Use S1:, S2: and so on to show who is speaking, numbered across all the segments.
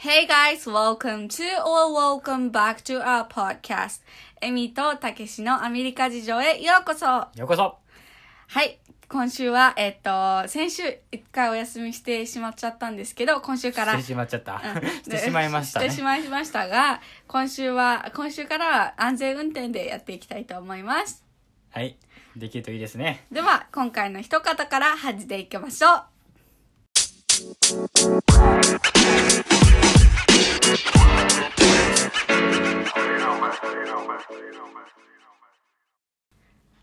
S1: guys, welcome to or welcome back to our podcast. エミとたけしのアメリカ事情へようこそは
S2: ようこそ
S1: い、今週は、えっと、先週一回お休みしてしまっちゃったんですけど、今週から
S2: して。しまっちゃった。
S1: うん
S2: してしまいました
S1: で
S2: ね
S1: してしまいましたが、今週は、今週からは安全運転でやっていきたいと思います。
S2: はいできるといいですね
S1: では、今回の一方から始めていきましょう。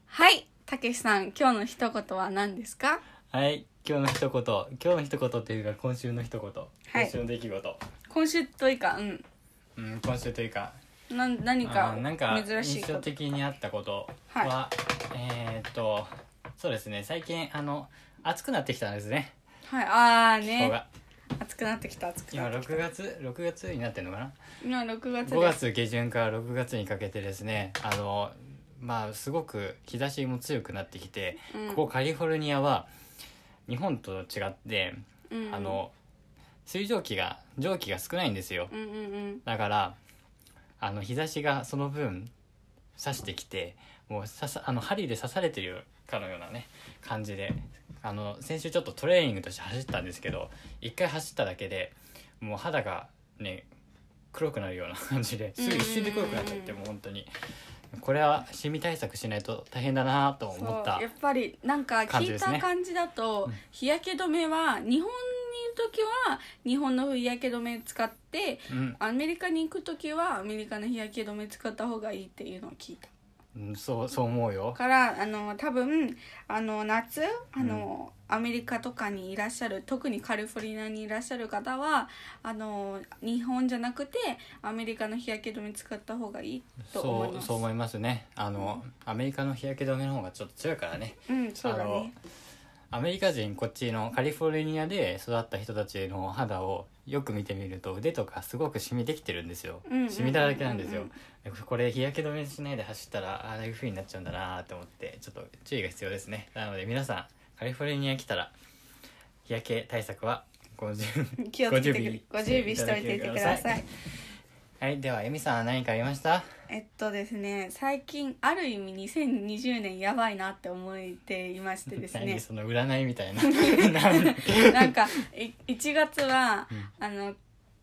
S1: はい、たけしさん、今日の一言は何ですか
S2: はい今日の一言今日の一言というか今週の一言、
S1: い
S2: 今週の出来事、
S1: 今週というか、うん。
S2: うん、今週というか
S1: な何
S2: あ
S1: か
S2: ーなんか
S1: 珍しい
S2: 印
S1: こ
S2: 象
S1: と
S2: 的にあったこと
S1: はい
S2: は、えーっとそうですね最近あの暑くなってきたんですね
S1: はいああ
S2: 今日
S1: ね
S2: が
S1: 暑くなってきた暑く
S2: 今
S1: なってきた
S2: 6月6月になってるのかな
S1: 今6月
S2: 5
S1: です
S2: 月下旬から6月にかけてですねあのまあすごく日差しも強くなってきて、
S1: うん
S2: ここカリフォルニアは日本と違って、
S1: うん
S2: あの水蒸気が蒸気が少ないんですよ、
S1: うんうんうん
S2: だからあの日差しがその分刺してきてもう刺さあの針で刺されてるかのようなね感じであの先週ちょっとトレーニングとして走ったんですけど一回走っただけでもう肌がね黒くなるような 感じですぐ一瞬で黒くなっちゃって
S1: うんうんうん
S2: もう本当にこれはシミ対策しないと大変だなと
S1: そう
S2: 思った
S1: やっぱりなんか
S2: 感じ
S1: 聞い
S2: ですね
S1: た感じだと、
S2: うん
S1: 日焼け止めは日本にいる時は日本の日焼け止め使って
S2: うん
S1: アメリカに行く時はアメリカの日焼け止め使った方がいいっていうのを聞いた
S2: うんそうそう思うよ
S1: だからあの多分あの夏あの、アメリカとかにいらっしゃる特にカリフォルニアにいらっしゃる方はあの日本じゃなくてアメリカの日焼け止め使った方がいいと思い
S2: そ
S1: ま
S2: う
S1: す
S2: そう思いますねあの、アメリカの日焼け止めの方がちょっと強いからね
S1: うんそうだね
S2: アメリカ人こっちのカリフォルニアで育った人たちの肌をよく見てみると腕とかすごくシミできてるんですよ、
S1: うんうんうんうん
S2: シミだらけなんですよでこれ日焼け止めしないで走ったらああいう風になっちゃうんだなと思ってちょっと注意が必要ですねなので皆さんカリフォルニア来たら日焼け対策はご準備
S1: 気をつけてご準備しておいていてください
S2: はいではエミさんは何かありました
S1: えっとですね最近ある意味2020年やばいなって思っていましてです
S2: 何
S1: ね
S2: その占いみた いな なん
S1: なんかい1月は、あの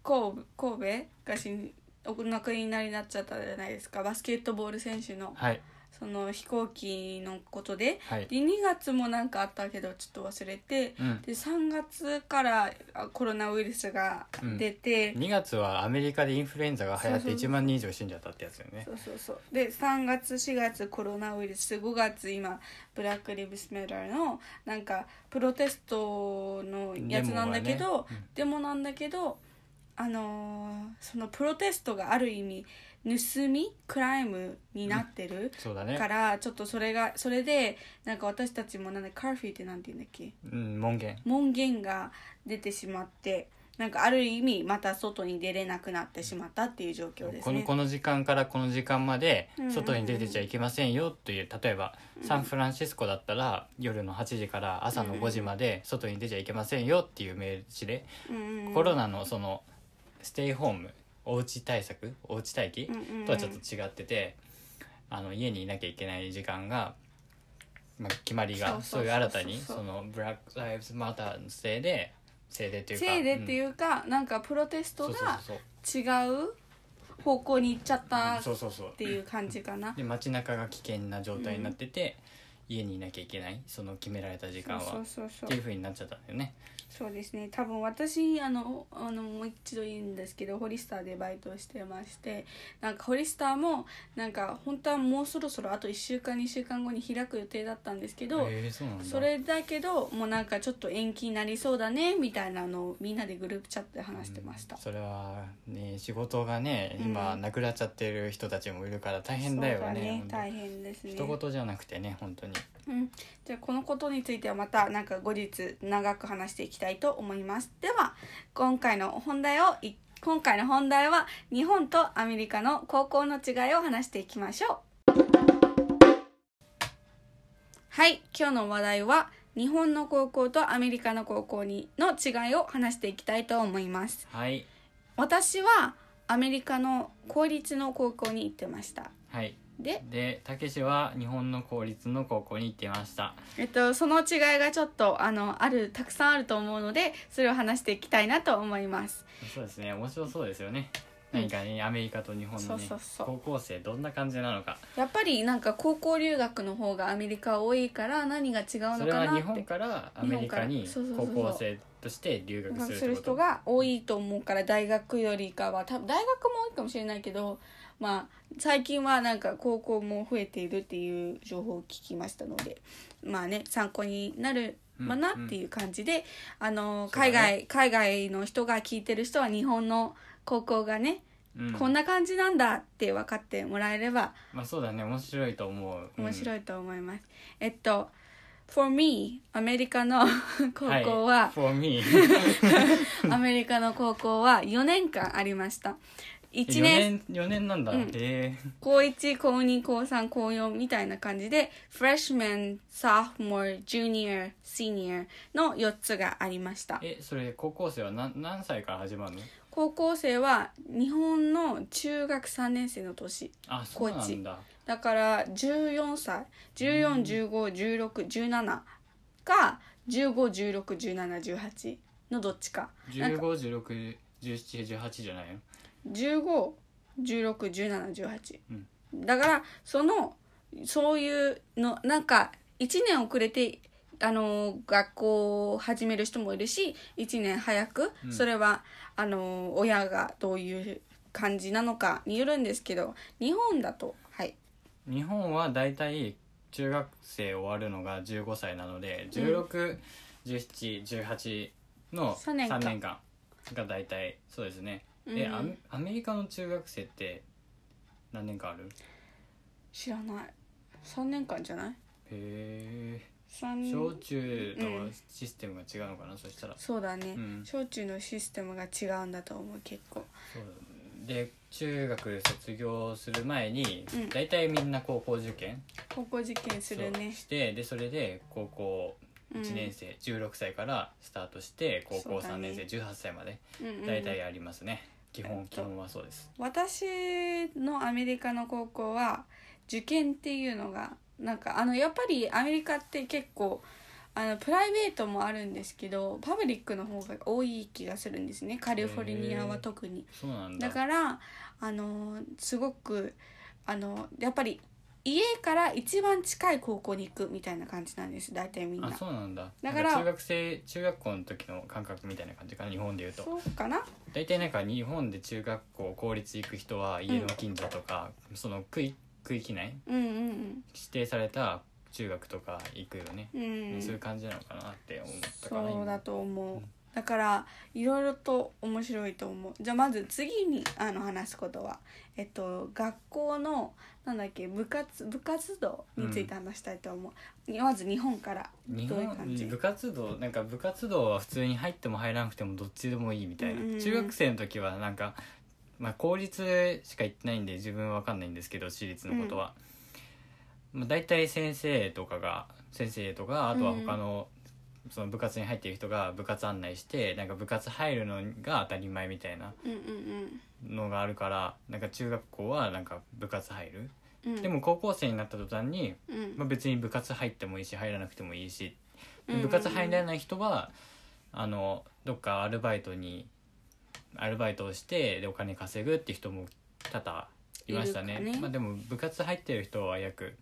S1: 神戸神戸がしんお亡くなりになっちゃったじゃないですかバスケットボール選手の
S2: はい
S1: その飛行機のことで
S2: はい
S1: で2月もなんかあったけどちょっと忘れて
S2: うん
S1: で3月からあコロナウイルスが出て、
S2: 2月はアメリカでインフルエンザが流行っ
S1: そ
S2: て
S1: うそう
S2: 1万人以上死んじゃったってやつよね
S1: そうそうそうで3月4月コロナウイルス5月今ブラック・リブス・メダルのなんかプロテストのやつなんだけどデモ,、なんだけどあのーそのプロテストがある意味盗みクライムになってる、
S2: そうだね
S1: からちょっとそれがそれでなんか私たちもなんだカーフィーってなんて言うんだっけ
S2: うん門限
S1: 門限が出てしまってなんかある意味また外に出れなくなってしまったっていう状況です
S2: この
S1: ね。
S2: この時間からこの時間まで
S1: うんうんうん
S2: 外に出てちゃいけませんよという例えばサンフランシスコだったら夜の8時から朝の5時まで外に出ちゃいけませんよっていう命令で
S1: うんうん
S2: コロナのそのステイホームおうち対策おうち待機
S1: うんうんうん
S2: とはちょっと違っててあの家にいなきゃいけない時間が、まあ、決まりが
S1: そうそうそうそう
S2: そういう新たにそのブラック・ライブズ・マターのせいでせいでというか
S1: せいでって
S2: うん
S1: いうか、なんかプロテスト
S2: そうそう
S1: が
S2: そう
S1: 違う方向に行っちゃったっ
S2: そうそうそう
S1: ていう感じかな。
S2: で街中が危険な状態になってて、家にいなきゃいけないその決められた時間は
S1: そうそうそう
S2: って
S1: そ
S2: いう
S1: う
S2: ふうになっちゃったんだよね
S1: そうですね多分私あのあのもう一度言うんですけどホリスターでバイトをしてましてなんかホリスターもなんか本当はもうそろそろあと1週間2週間後に開く予定だったんですけど、
S2: えーそうなんだ
S1: それだけどもうなんかちょっと延期になりそうだねみたいなのをみんなでグループチャットで話してました、
S2: それはね仕事がね今
S1: うん
S2: なくなっちゃってる人たちもいるから大変だよ
S1: そう
S2: ね,本当に、
S1: 大変ですね
S2: 一言じゃなくてね本当に
S1: うん、じゃあこのことについてはまたなんか後日長く話していきたいと思いますでは今回の本題をい今回の本題は日本とアメリカの高校の違いを話していきましょうはい今日の話題は日本の高校とアメリカの高校にの違いを話していきたいと思います
S2: はい
S1: 私はアメリカの公立の高校に行ってました
S2: はい
S1: で、
S2: でたけしは日本の公立の高校に行ってました
S1: えっと、その違いがちょっとあのあるたくさんあると思うのでそれを話していきたいなと思います
S2: そうですね面白そうですよね
S1: うん
S2: 何かねアメリカと日本
S1: そ
S2: の
S1: う
S2: ね
S1: そうそう
S2: 高校生どんな感じなのか
S1: やっぱりなんか高校留学の方がアメリカ多いから何が違う
S2: そ
S1: の
S2: れ
S1: か
S2: は日
S1: なって
S2: 本からアメリカに
S1: 日本からそ
S2: 高
S1: うそうそうそう
S2: 校生として留
S1: 留
S2: 学す
S1: 学
S2: るっ
S1: す
S2: て
S1: る
S2: こ
S1: 人
S2: と
S1: が多いと思うから大学よりかは多分大学も多いかもしれないけどまあ最近はなんか高校も増えているっていう情報を聞きましたのでまあね参考になるまあなっていう感じで、あの
S2: そうだね
S1: 海外、海外の人が聞いてる人は日本の高校がね、
S2: うん
S1: こんな感じなんだって分かってもらえれば
S2: まあそうだね面白いと思う
S1: 面白
S2: い
S1: いと思います。えっと For me アメリカの高校は、
S2: For me
S1: アメリカの高校は4年間ありました1
S2: 4
S1: 年
S2: 年4年なんだ
S1: うん
S2: へえ
S1: 高1高2高3高4みたいな感じでフレッシュメンサーフモアジュニアシニアの4つがありました
S2: えそれ高校生は何何歳から始まるの
S1: 高校生は日本の中学3年生の年
S2: あそうなんだ
S1: だから14歳14151617か15161718のどっちかなんか
S2: 15161718じゃないの
S1: 15161718、
S2: うん
S1: だからそのそういうのなんか1年遅れてあの学校を始める人もいるし1年早く、
S2: うん
S1: それはあの親がどういう感じなのかによるんですけど日本だとはい
S2: 日本はだいたい中学生終わるのが15歳なので161718の
S1: 3
S2: 3
S1: 年
S2: 年
S1: 間
S2: 間がだいたいそうですねで、
S1: うん
S2: アメアメリカの中学生って何年間ある
S1: 知らない3年間じゃない
S2: へ
S1: 三
S2: え小中
S1: う
S2: の
S1: ん
S2: システムが違うのかな、そしたら
S1: そうだね、
S2: うん
S1: 小中のシステムが違うんだと思う結構
S2: そうで中学卒業する前に
S1: うん
S2: だいたいみんな高校受験
S1: 高校受験する
S2: そう
S1: ね
S2: してでそれで高校
S1: うん
S2: 1年生、16歳からスタートして高校
S1: そうだ
S2: 3
S1: ね
S2: 年生、18歳まで
S1: うんうんうん
S2: 大体ありますね、基
S1: えっ
S2: 本
S1: と
S2: 基本はそうです
S1: 私のアメリカの高校は受験っていうのがなんかあのやっぱりアメリカって結構あのプライベートもあるんですけどパブリックの方が多い気がするんですねカリフォルニアは特に。
S2: そうなんだ
S1: だからあのすごくあのやっぱり家から一番近い高校に行くみたいな感じなんです大体みんな
S2: あ。そうなんだ
S1: だから
S2: なん中学生中学校の時の感覚みたいな感じかな日本でいうと
S1: そうかな
S2: 大体なんか日本で中学校公立行く人は家の近所とか、その区域区域内
S1: うんうん
S2: 指定された中学とか行くよね、
S1: うん。うん、
S2: そういう感じなのかなって思ったから
S1: そうだ
S2: 今
S1: と思う、
S2: うん
S1: だからいろいろと面白いと思うじゃあまず次にあの話すことはえっと学校のなんだっけ部活部活動について話したいと思う、まず日本から
S2: 日
S1: どういう感じ
S2: 本部活動なんか部活動は普通に入っても入らなくてもどっちでもいいみたいな、
S1: うんうん
S2: 中学生の時はなんか、まあ、公立しか行ってないんで自分は分かんないんですけど私立のことは、まあ、大体先生とかが先生とかあとは他の,、その部活に入っている人が部活案内してなんか部活入るのが当たり前みたいな
S1: うんうん
S2: のがあるからなんか中学校はなんか部活入る、
S1: うんうん
S2: でも高校生になった途端に
S1: うん
S2: まあ、別に部活入ってもいいし入らなくてもいいし
S1: うんうんうん
S2: 部活入らない人はあのどっかアルバイトにアルバイトをしてでお金稼ぐって人も多々いましたね
S1: いるかね
S2: まあ、でも部活入ってる人は約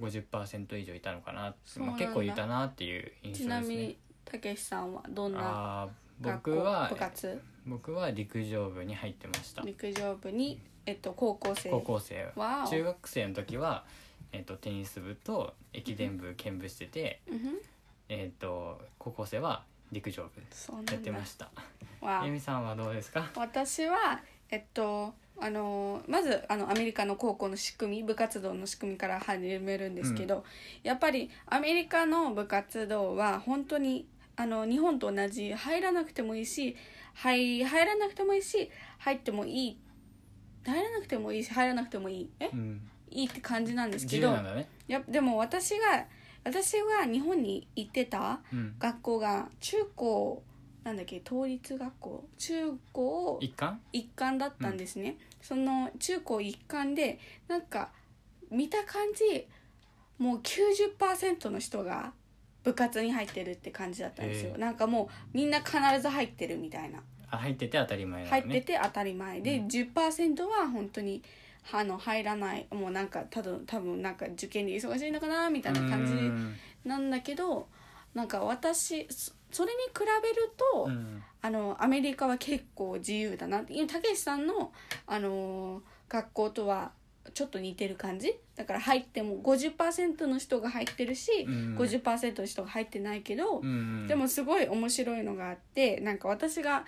S2: 50%以上いたのかな
S1: そうなん
S2: まあ、
S1: だ
S2: 結構いたなっていう印
S1: ち
S2: 象
S1: な
S2: です
S1: み
S2: ね
S1: に。たけしさんはどんな
S2: あー
S1: 学校
S2: 僕は
S1: 部活
S2: 僕は陸上部に入ってました
S1: 陸上部に、えっと、高校生
S2: 高校生
S1: わお
S2: 中学生の時は、えっとテニス部と駅伝部兼部してて、
S1: うんふん
S2: えっ、と高校生は陸上部
S1: そうなんだ
S2: やってました。
S1: わお
S2: えみさんはどうですか？
S1: 私はえっとあのまずあのアメリカの高校の仕組み部活動の仕組みから始めるんですけど、やっぱりアメリカの部活動は本当にあの日本と同じ入らなくてもいいし入入らなくてもいいし入ってもいい入らなくてもいいし入らなくてもいいえ
S2: うん、
S1: いいって感じなんですけ
S2: 自由
S1: ど
S2: なんだね。
S1: やでも私が私が日本に行ってた
S2: うん、
S1: 学校が中高なんだっけ統一学校中高
S2: 一貫
S1: 一貫だったんですね、その中高一貫でなんか見た感じもう90%の人が部活に入ってるって感じだったんですよ
S2: へえ
S1: なんかもうみんな必ず入ってるみたいな
S2: あ入ってて当たり前なの
S1: 入
S2: ね
S1: ってて当たり前で、10%は本当にあの入らないもうなんかただ多分なんか受験で忙しいのかなみたいな感
S2: う
S1: じ
S2: ん
S1: なんだけどなんか私そそれに比べると、
S2: うん
S1: あのアメリカは結構自由だなって今たけしさんの、あのー学校とはちょっと似てる感じだから入っても50%の人が入ってるし、
S2: うん
S1: 50%の人が入ってないけど、
S2: うん
S1: でもすごい面白いのがあってなんか私が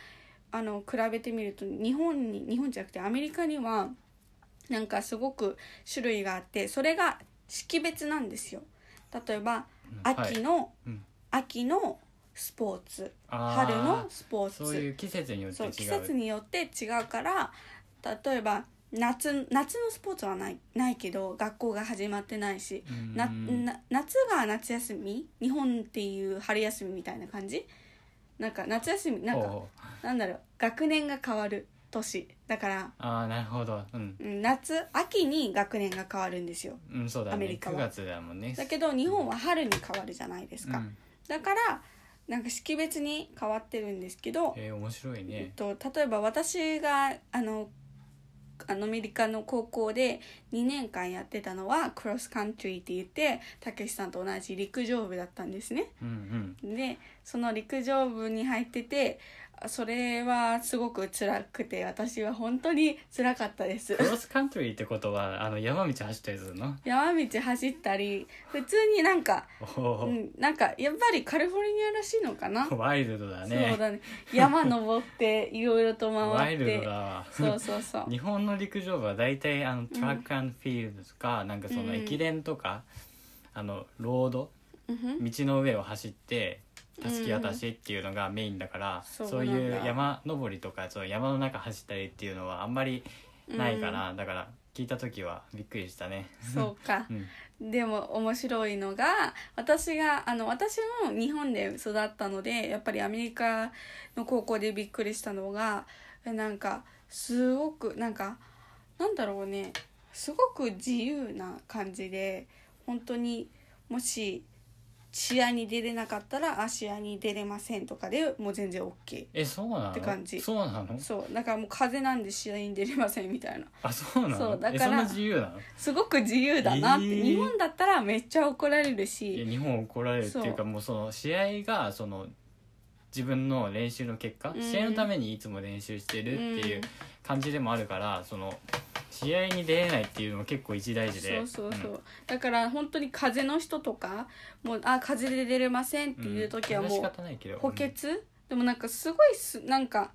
S1: あの比べてみると日本に日本じゃなくてアメリカにはなんかすごく種類があってそれが識別なんですよ。例えば秋の、
S2: いうん
S1: 秋のスポーツ
S2: あー
S1: 春のスポーツ
S2: そういう季節によって
S1: そ
S2: 違う
S1: う季節によって違うから例えば夏夏のスポーツはないないけど学校が始まってないし、
S2: うん
S1: なな夏が夏休み日本っていう春休みみたいな感じなんか夏休みなんか
S2: ほう
S1: なんだろう学年が変わる年だから、
S2: ああなるほどうん、
S1: うん、夏秋に学年が変わるんですよ
S2: うん、そうだ
S1: アメ
S2: ね
S1: リカ
S2: 9
S1: は
S2: 月だもんね
S1: だけど日本は春に変わるじゃないですか、
S2: うん
S1: だからなんか識別に変わってるんですけど、
S2: えー、面白い
S1: え
S2: ね
S1: っと、例えば私があのあのアメリカの高校で2年間やってたのはクロスカントリーって言ってたけしさんと同じ陸上部だったんですね。
S2: うん
S1: でその陸上部に入っててそれはすごく辛くて私は本当に辛かったです
S2: うんクロスカントリーってことはあの山道走ったりするの
S1: 山道走ったり普通になんか、
S2: おお
S1: う
S2: ー、
S1: ん、なんかやっぱりカリフォルニアらしいのかな、
S2: ワイルド
S1: そ
S2: だ
S1: う
S2: ね
S1: だね山登っていろいろと
S2: ワ
S1: 回
S2: イ
S1: っ
S2: ルド
S1: て
S2: だわ
S1: そうそうそう
S2: 日本の陸上部は大体あのトラックアンドフィールドとか、なんかその駅伝とか、あのロード
S1: うんふん
S2: 道の上を走ってたすき渡しっていうのがメインだから、
S1: そう
S2: そうい
S1: なん
S2: う
S1: だ
S2: 山登りとかその山の中走ったりっていうのはあんまりないから、だから聞いた時はびっくりしたね。
S1: そうか
S2: うん
S1: でも面白いのが私があの私も日本で育ったのでやっぱりアメリカの高校でびっくりしたのがえなんかすごくなんかなんだろうねすごく自由な感じで本当にもし試合に出れなかったらあ試合に出れませんとかでもう全然 OK
S2: えそうなの
S1: って感じ
S2: そうなの
S1: そうだからもう風邪なんで試合に出れませんみたいな
S2: あそうなの
S1: そうだから
S2: えそんな自由なの
S1: すごく自由だなって、
S2: えー
S1: 日本だったらめっちゃ怒られる
S2: いや
S1: し
S2: 日本怒られるっていう
S1: そ
S2: かもうその試合がその自分の練習の結果、
S1: うん
S2: 試合のためにいつも練習してるっていううん感じでもあるから、その試合に出れないっていうのも結構一大事で
S1: そうそうそう、だから本当に風邪の人とかもうあ風邪で出れませんって
S2: ん
S1: いう時は
S2: んそ
S1: も
S2: れ仕
S1: う
S2: 方ないけど
S1: 補欠、でもなんかすごいすなんか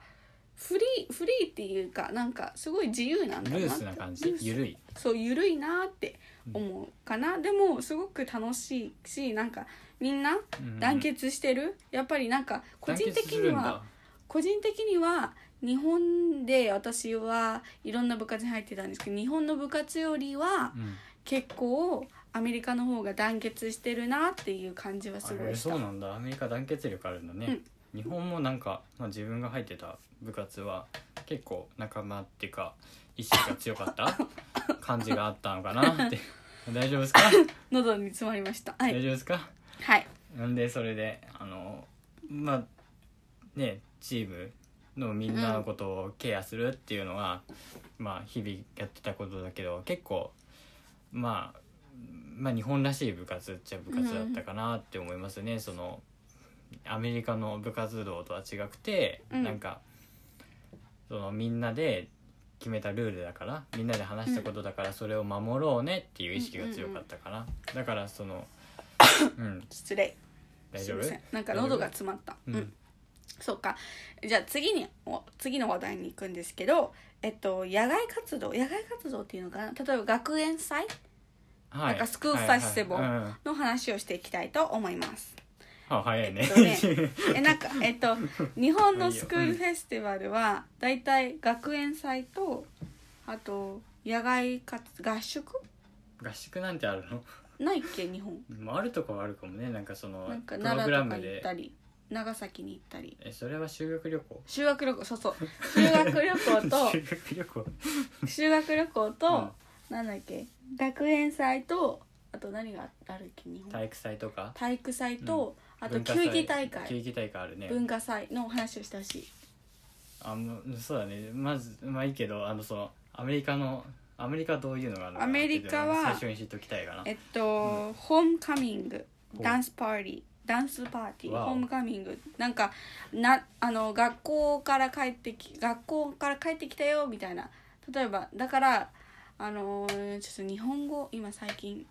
S1: フリーフリーっていうかなんかすごい自由なん
S2: うん
S1: だなって
S2: ルースな感じ
S1: ルース
S2: ゆるい
S1: そう緩いなって思うかな、でもすごく楽しいしなんかみんな
S2: うん
S1: 団結してる、やっぱりなんか個
S2: 団
S1: 人
S2: 結
S1: 的
S2: す
S1: に
S2: るん
S1: は
S2: だ
S1: 個人的には日本で私はいろんな部活に入ってたんですけど日本の部活よりは
S2: うん
S1: 結構アメリカの方が団結してるなっていう感じはす
S2: あ
S1: ご
S2: れ
S1: いした
S2: そうなんだアメリカ団結力あるんだね、日本もなんか、まあ、自分が入ってた部活は結構仲間っていうか意志が強かった感じがあったのかなって 大丈夫ですか、
S1: 喉に詰まりましたは
S2: 大
S1: い
S2: 丈夫ですか
S1: はい
S2: なんでそれであのまあねチームのみんなのことをケアするっていうのは、まあ日々やってたことだけど結構まあまあ日本らしい部活っちゃ部活だったかなって思いますね、そのアメリカの部活動とは違くて、
S1: うん
S2: なんかそのみんなで決めたルールだからみんなで話したことだからそれを守ろうねっていう意識が強かったかな、だから そのうん
S1: 失礼
S2: 大
S1: す
S2: 丈
S1: いま
S2: 夫
S1: せんなんか喉が詰まった
S2: うん
S1: うんそうかじゃあ次にお次の話題に行くんですけどえっと野外活動野外活動っていうのかな例えば学園祭
S2: はい
S1: なんかスクールフェスティバル
S2: はいはいうん
S1: の話をしていきたいと思います
S2: あ早いね,、
S1: えっとえなんかえっと日本のスクールフェスティバルはだいたい学園祭とあと野外活合宿
S2: 合宿なんてあるの
S1: ないっけ日本
S2: まああるとこはあるかもねなんかその
S1: なんか
S2: プロ
S1: 奈
S2: グ
S1: 良
S2: ラ
S1: とか
S2: ム
S1: 行っ
S2: で
S1: たり長崎に行ったり
S2: えそれは修学旅行
S1: 修学旅行そう そう修学旅行と
S2: 修学旅行
S1: 修学旅行と、
S2: うん
S1: なんだっけ学園祭とあと何があるっけ日本
S2: 体育祭とか
S1: 体育祭と、あと
S2: 文化
S1: 球
S2: 祭
S1: 技大
S2: 球
S1: 会
S2: 技大会あるね
S1: 文化祭のお話をしてほしい
S2: あもうそうだねまずまあいいけどあのそのアメリカのアメリカどういうのがあるのか
S1: アメリカは
S2: っていうのを最初に知っときたいかな
S1: えっと、ホームカミング
S2: ほう
S1: ダンスパーティーダンスパーティー
S2: わお
S1: ホームカミングなんかなあの学校から帰ってき学校から帰ってきたよみたいな例えばだからあのーちょっと日本語今最近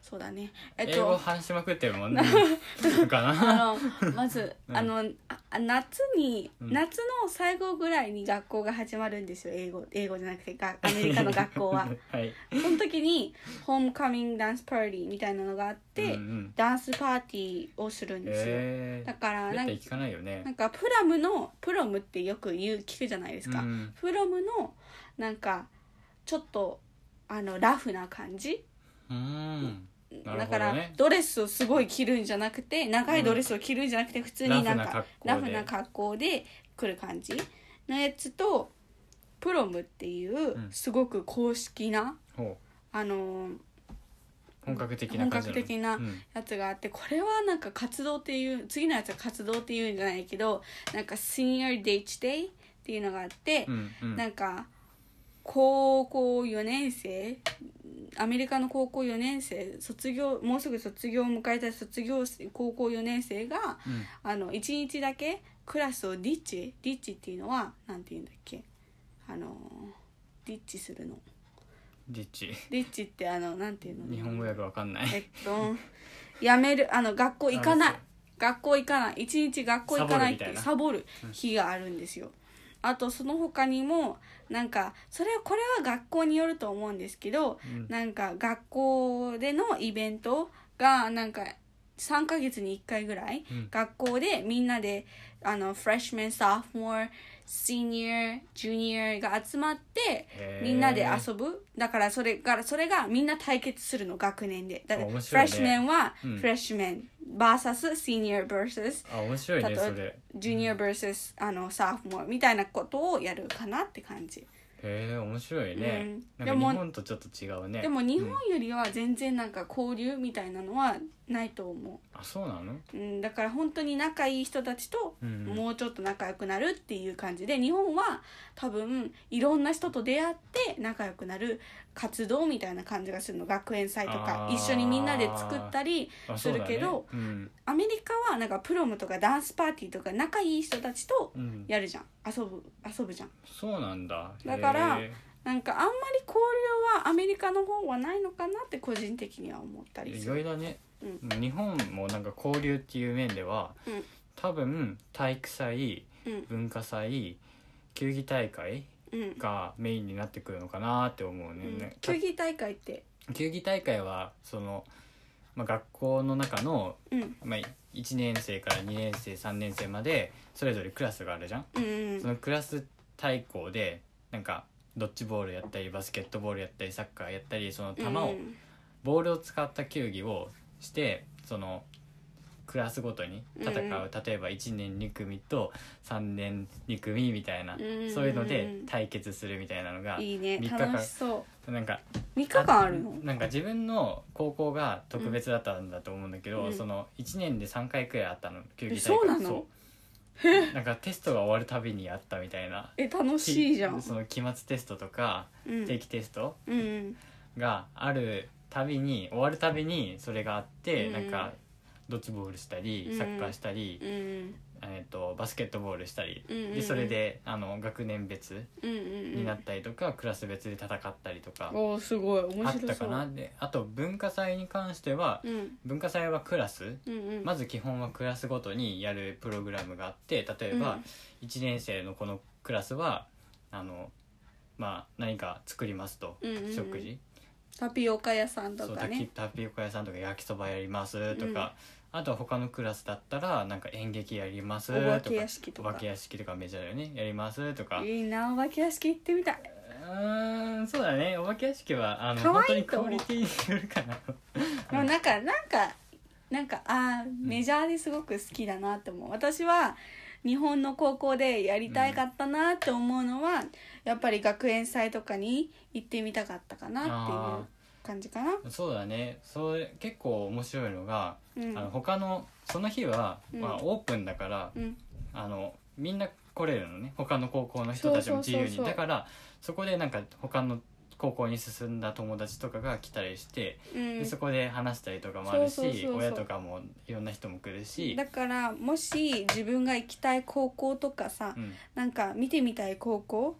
S1: そうだねえっ
S2: 英語
S1: と
S2: 話しまくってるもんねなん かな
S1: あのまず、
S2: うん
S1: あのあ夏に、
S2: うん
S1: 夏の最後ぐらいに学校が始まるんですよ英語英語じゃなくてがアメリカの学校 は
S2: はい
S1: その時にホームカミングダンスパーティーみたいなのがあって、
S2: うんうん
S1: ダンスパーティーをするんですよ、
S2: え
S1: だから
S2: ー、
S1: なん
S2: 絶対聞かないよね
S1: なんかプラムのプロムってよく言う聞くじゃないですか、
S2: うん
S1: プロムのなんかちょっとあのラフな感じ
S2: うんなる
S1: だ
S2: ほどね
S1: からドレスをすごい着るんじゃなくて長いドレスを着るんじゃなくて普通になんか
S2: ラ
S1: ラ
S2: フ
S1: フ
S2: な
S1: な格好で来る感じのやつとプロムっていう
S2: うん
S1: すごく公式な、
S2: ほ
S1: あの
S2: う本格的な感じ
S1: 本格的な
S2: うん
S1: やつがあってこれはなんか活動っていう次のやつは活動っていうんじゃないけどなんか Senior Day Day っていうのがあって
S2: う、んうん
S1: なんか高校4年生アメリカの高校4年生卒業もうすぐ卒業を迎えた卒業生高校4年生が
S2: うん
S1: あの1日だけクラスをディッチディッチっていうのはなんて言うんだっけあのディッチするの
S2: リッチ
S1: ディッチってあのなんていうの
S2: 日本語訳わかんない
S1: えっと、やめる、あの、学校行かな
S2: あ
S1: い
S2: そう。
S1: 学校行かない。一日学校行かないっていう
S2: サ
S1: サボる日があるんですよ。あと、その他にも、なんか、それは、これは学校によると思うんですけど、
S2: うん
S1: なんか、学校でのイベントが、なんか、3ヶ月に1回ぐらい、
S2: うん
S1: 学校でみんなで、あの、フレッシュメン、サーフモア、シニア、ジュニアが集まって、
S2: へー
S1: みんなで遊ぶだからそれからそれがみんな対決するの学年でだから
S2: あ
S1: フレ
S2: 面白いね
S1: ッシュメンは
S2: うん
S1: フレッシュメン VS シニア VS
S2: あ面白いね
S1: 例えば
S2: それへ
S1: ジュニア VS あのサーフモアみたいなことをやるかなって感じ
S2: え面白い
S1: う
S2: ね
S1: ん
S2: なん
S1: で
S2: か
S1: も
S2: 日本とちょっと違うね
S1: でも日本よりは全然なんか交流みたいなのはないと思
S2: あそうなの
S1: う、うん、だから本当に仲いい人たちと
S2: うんうん
S1: もうちょっと仲良くなるっていう感じで日本は多分いろんな人と出会って仲良くなる活動みたいな感じがするの学園祭とか
S2: あー
S1: 一緒にみんなで作ったり
S2: あ
S1: するけど
S2: そうだねうん
S1: アメリカはなんかプロムとかダンスパーティーとか仲いい人たちと
S2: うん
S1: やるじゃん遊ぶ遊ぶじゃん
S2: そうなんだ
S1: だから
S2: へ
S1: なんかあんまり交流はアメリカの方はないのかなって個人的には思った
S2: ー
S1: り
S2: 意
S1: する
S2: 外だね
S1: う
S2: 日本もなんか交流っていう面では
S1: うん
S2: 多分体育祭
S1: うん
S2: 文化祭球技大会
S1: うん、
S2: がメインになってくるのかなって思うね、
S1: うん、球技大会って
S2: 球技大会はその、まあ、学校の中の、
S1: うん
S2: まあ、1年生から2年生3年生までそれぞれクラスがあるじゃん、
S1: うんう
S2: そ
S1: ん
S2: のクラス対抗でなんかドッジボールやったりバスケットボールやったりサッカーやったりその球を、
S1: うん
S2: ボールを使った球技をしてそのクラスごとに戦う、
S1: うんうん
S2: 例えば1年2組と3年2組みたいな、
S1: うんうんうん
S2: そういうので対決するみたいなのが
S1: いいね
S2: 三日間
S1: 楽しそ
S2: なんか
S1: う3日間あるの
S2: なんか自分の高校が特別だったんだと思うんだけど、
S1: うん
S2: その1年で3回くらいあったの球技大会
S1: えそうなの
S2: そうなんかテストが終わるたびにあったみたいな
S1: え楽しいじゃん、
S2: その期末テストとか
S1: うん、
S2: 定期テスト
S1: うんうん
S2: があるたびに終わるたびにそれがあって、
S1: うん
S2: なんかドッジボールしたり
S1: うん
S2: サッカーしたり、
S1: うん
S2: えっとバスケットボールしたり、
S1: うんうんうん
S2: でそれであの学年別
S1: うんうん
S2: になったりとか、クラス別で戦ったりとか
S1: おーすごい
S2: あ
S1: 面
S2: っ
S1: 白
S2: た
S1: そ
S2: か
S1: う
S2: なであと文化祭に関しては、
S1: うん
S2: 文化祭はクラス
S1: うんうん
S2: まず基本はクラスごとにやるプログラムがあって例え
S1: う
S2: ば
S1: ん
S2: 1年生のこのクラスはあの、まあ、何か作りますと、
S1: うんうんうん
S2: 食事
S1: タピオカ屋さんと
S2: そう
S1: か
S2: タキ
S1: ね
S2: タピオカ屋さんとか焼きそばやりますとか、あとは他のクラスだったらなんか演劇やります
S1: お
S2: とか
S1: 化け屋敷とか
S2: お化け屋敷とかメジャーだよねやりますとかう
S1: いいなお化け屋敷行ってみたい
S2: ーんそうだねお化け屋敷はあの
S1: 可
S2: 本当
S1: 愛い
S2: に
S1: と
S2: ク
S1: 思
S2: オ
S1: う
S2: リティによるかな
S1: でもなんかなんかなんかあーメジャーですごく好きだなって思う私は日本の高校でやりたいかったなって思うのは、やっぱり学園祭とかに行ってみたかったかなっていう感じかな
S2: そうだねそれ結構面白いのが、
S1: うん
S2: あの他のその日は、
S1: うん
S2: まあ、オープンだから、
S1: うん
S2: あのみんな来れるのね他の高校の人たちも自由に
S1: そうそうそうそう
S2: だからそこでなんか他の高校に進んだ友達とかが来たりして、
S1: うん
S2: でそこで話したりとかもあるし
S1: そうそうそうそう
S2: 親とかもいろんな人も来るし
S1: だからもし自分が行きたい高校とかさ、
S2: うん
S1: なんか見てみたい高校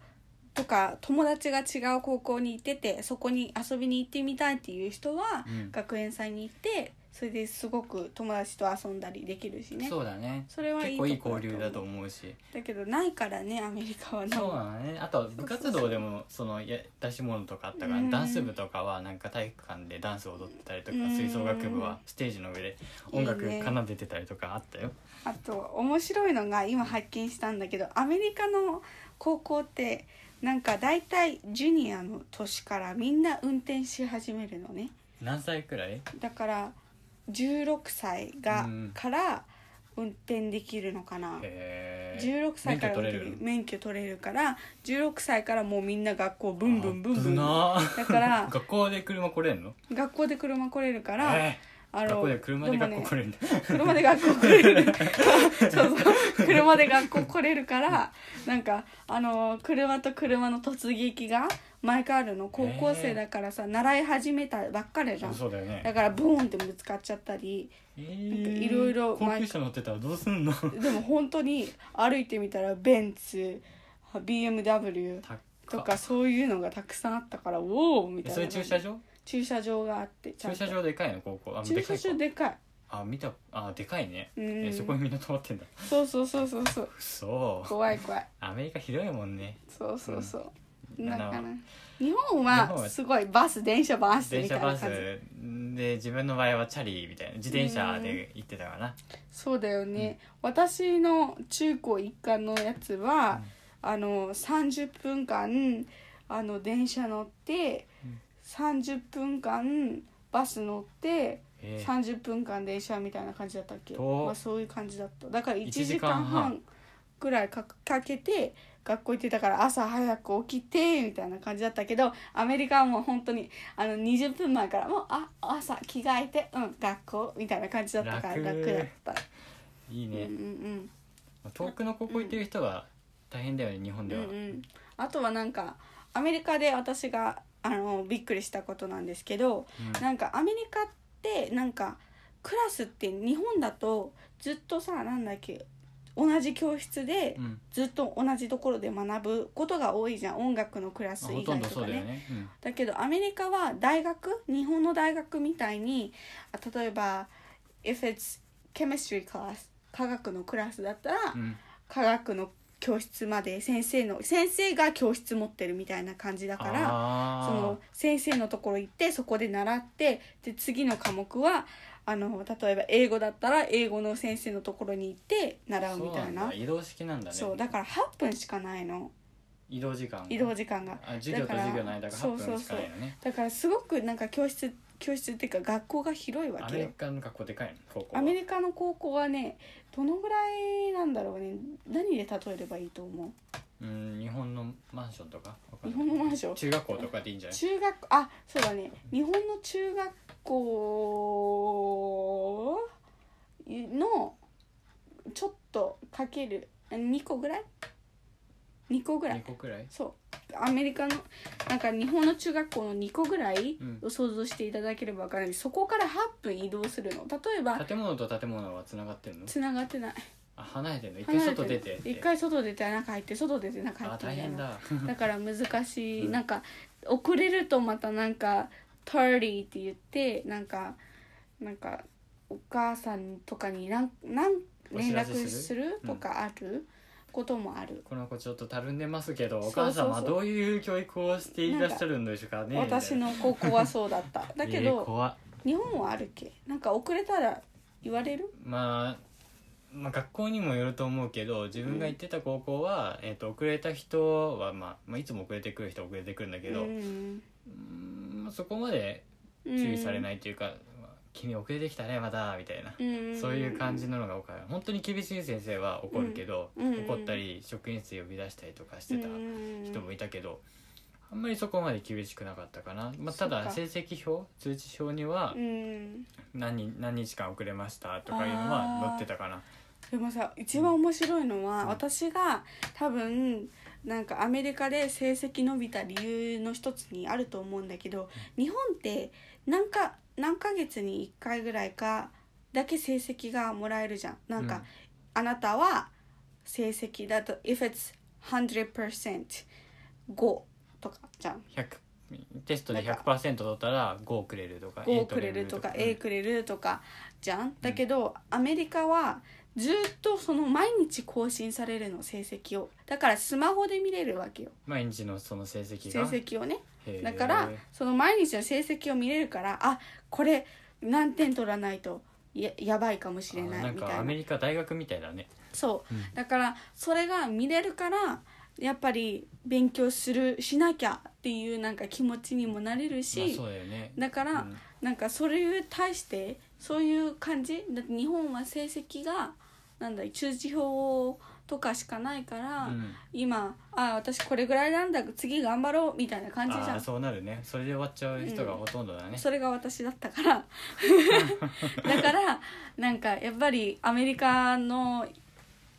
S1: とか友達が違う高校に行っててそこに遊びに行ってみたいっていう人は、
S2: うん
S1: 学園祭に行ってそれですごく友達と遊んだりできるしね
S2: そうだね
S1: それはいい
S2: 結構いい
S1: とこだと思う
S2: 交流だと思うし
S1: だけどないからねアメリカはな
S2: そうなのねあと部活動でもそのや出し物とかあったから、
S1: うん
S2: ダンス部とかはなんか体育館でダンス踊ってたりとか、
S1: うん
S2: 吹奏楽部はステージの上で音楽
S1: いいね
S2: 奏でてたりとかあったよ。
S1: あと面白いのが今発見したんだけどアメリカの高校ってなんか大体ジュニアの年からみんな運転し始めるのね
S2: 何歳くらい
S1: だから16歳が、
S2: うん
S1: から運転できるのかな
S2: へー
S1: 16歳から免
S2: 免許取
S1: 許
S2: れる
S1: 免許取れるから16歳からもうみんな学校ブンブンブンブン
S2: 危なー
S1: だから
S2: 学校で車来れんの
S1: 学校で車来れるから、
S2: え
S1: あの
S2: ー、学校で車で学校来れんだ、
S1: 車で学校来れる そうそう車で学校来れるからなんかあの車と車の突撃が毎回あるの高校生だからさ、習い始めたばっかりじゃん
S2: そうだよね
S1: だからボーンってぶつかっちゃったりなんかいろいろ
S2: 高級車乗ってたらどうす んの
S1: でも本当に歩いてみたらベンツ BMW
S2: 高っ
S1: とかそういうのがたくさんあったからおおみ
S2: え
S1: たい
S2: そ
S1: な
S2: れ駐車場
S1: 駐車場があってちゃん
S2: 駐
S1: と
S2: 車場でかいの高校あ
S1: 駐
S2: で
S1: 車
S2: かいか
S1: 場でかい
S2: あ見たあでかいね
S1: うん
S2: えそこにみんな止まってんだ
S1: そうそうそうそう そう
S2: くそー
S1: 怖い怖い
S2: アメリカひどいもんね
S1: そうそうそう、
S2: うん
S1: だか
S2: あ
S1: ら
S2: の
S1: 日本
S2: 日本
S1: は
S2: は
S1: すごいバス電車バス
S2: 電
S1: みた
S2: 車
S1: いな
S2: バス
S1: 感じ
S2: で自分の場合はチャリみたいな自転車で行ってたかな
S1: そうだよね、私の中高一貫のやつは、あの30分間あの電車乗って、
S2: うん
S1: 30分間バス乗って、
S2: えー
S1: 30分間電車みたいな感じだったっけ、
S2: 遠っ
S1: まあ、そういう感じだっただから1
S2: 一
S1: 時
S2: 時
S1: 間
S2: 間半
S1: 半ぐらいかかけて学校行ってたから朝早く起きてみたいな感じだったけどアメリカはもう本当にあの20分前からもうあ朝着替えてうん学校みたいな感じだったから楽
S2: 楽
S1: だった、
S2: いい
S1: うんう
S2: ね
S1: ん
S2: 遠くの高校行ってる人は大変だよね日本
S1: うんう
S2: で
S1: んう
S2: は
S1: んあとはなんかアメリカで私があのびっくりしたことなんですけど、
S2: うん
S1: なんかアメリカってなんかクラスって日本だとずっとさなんだっけ同じ教室で
S2: うん
S1: ずっと同じところで学ぶことが多いじゃん音楽のクラ
S2: あ
S1: ス
S2: ほ
S1: 以
S2: と
S1: 外
S2: んど
S1: と
S2: そう
S1: か
S2: だよ
S1: ね。
S2: ねうん
S1: だけどアメリカは大学日本の大学みたいにあ例えば if it's chemistry class 科学のクラスだったら、
S2: うん
S1: 科学の教室まで先生の先生が教室持ってるみたいな感じだから。
S2: あー
S1: その先生のところ行ってそこで習ってで次の科目はあの例えば英語だったら英語の先生のところに行って習うみたい
S2: そう
S1: なん
S2: だ移動式なんだね
S1: そうだから8分しかないの
S2: 移動時間が
S1: 移動時間が
S2: あ授業と授業の間が8分しかないよね
S1: だからすごくなんか教室教室っていうか学校が広いわ
S2: ア
S1: け
S2: メリ
S1: よ
S2: カの学校でかいの高校
S1: ア
S2: は
S1: メリカの高校はねどのぐらいなんだろうね何で例えればいいと思
S2: うん日本のマンションとかわか
S1: うん日
S2: ない
S1: 本のマンション
S2: 中学校とかでいいんじゃない
S1: 中学あそうだね日本の中学校のちょっとかける2個ぐらい2個ぐら
S2: 2
S1: い
S2: 個くらい
S1: そうアメリカのなんか日本の中学校の2個ぐらい
S2: うん
S1: を想像していただければ分かるんですそこから8分移動するの例えば
S2: 建物と建物はつながってるの
S1: つながってない
S2: あ離れてるの一回
S1: 離れて
S2: 外
S1: る
S2: 出てって
S1: 一回外出て中入って外出て中入
S2: あ
S1: って
S2: 大
S1: みたい
S2: 変
S1: な
S2: だ
S1: だから難しいなんか遅れるとまたなんか「tardy」って言ってなんかなんかお母さんとかになんなん
S2: お
S1: 連
S2: 知らせ
S1: 絡す
S2: す
S1: る
S2: うん
S1: とかあることもある、
S2: この子ちょっとたるんでますけど
S1: そう
S2: お
S1: そう
S2: 母
S1: そう
S2: 様どういう教育をしていらっしゃるんでしょうかね
S1: 私
S2: み
S1: の高校はそうだった
S2: た
S1: だ
S2: いな
S1: け
S2: えー
S1: ど
S2: 怖っ
S1: 日本はあるっけなんか遅れたら言われる
S2: まあまあ、学校にもよると思うけど自分が行ってた高校は、えー、と遅れた人は、まあ、まあいつも遅れてくる人は遅れてくるんだけど、
S1: うん
S2: うんそこまで注意されないというか、まあ君遅れてきたねまた」みたいな、
S1: うん
S2: そういう感じなのが多かった本当に厳しい先生は怒るけど、
S1: うん
S2: 怒ったり職員室呼び出したりとかし
S1: う
S2: て
S1: ん
S2: た
S1: うん
S2: 人もいたけど、あんまりそこまで厳しくなかったかな、まあ、た
S1: そっ
S2: だ
S1: か
S2: 成績表通知表には
S1: うん
S2: 何日何日間遅れましたとかいうのは載ってたかな。
S1: でもさ一番面白いのは、
S2: うん
S1: 私が多分なんかアメリカで成績伸びた理由の一つにあると思うんだけど、日本って何か何ヶ月に1回ぐらいかだけ成績がもらえるじゃん。なんか、
S2: うん
S1: あなたは成績だと「if it's 100%5」とかじゃん。
S2: 100テストで
S1: なんか
S2: 100%取ったら5くれるとか
S1: 5くれるとか A くれるとかじゃんだけどアメリカはずっとその毎日更新されるの成績をだからスマホで見れるわけよ
S2: 毎日のその成績
S1: 成
S2: が
S1: 績をね
S2: へー
S1: だからその毎日の成績を見れるからあこれ何点取らないとややばいかもしれ
S2: あ
S1: な
S2: ないん
S1: み
S2: か
S1: た
S2: ア
S1: い
S2: メ
S1: な
S2: リカ大学みたいだね
S1: そう、
S2: うん
S1: だからそれが見れるからやっぱり勉強するしなきゃっていうなんか気持ちにもなれる
S2: まあ
S1: し、
S2: そうだよね
S1: だから、
S2: うん
S1: なんかそれに対してそういう感じだって日本は成績がなんだ通知表とかしかないから、
S2: うん
S1: 今あ私これぐらいなんだ次頑張ろうみたいな感じじ
S2: あ
S1: ゃ
S2: あ
S1: んそ
S2: そうなるねそれで終わっちゃう人がほとんどだね、
S1: れが私だったから だからなんかやっぱりアメリカの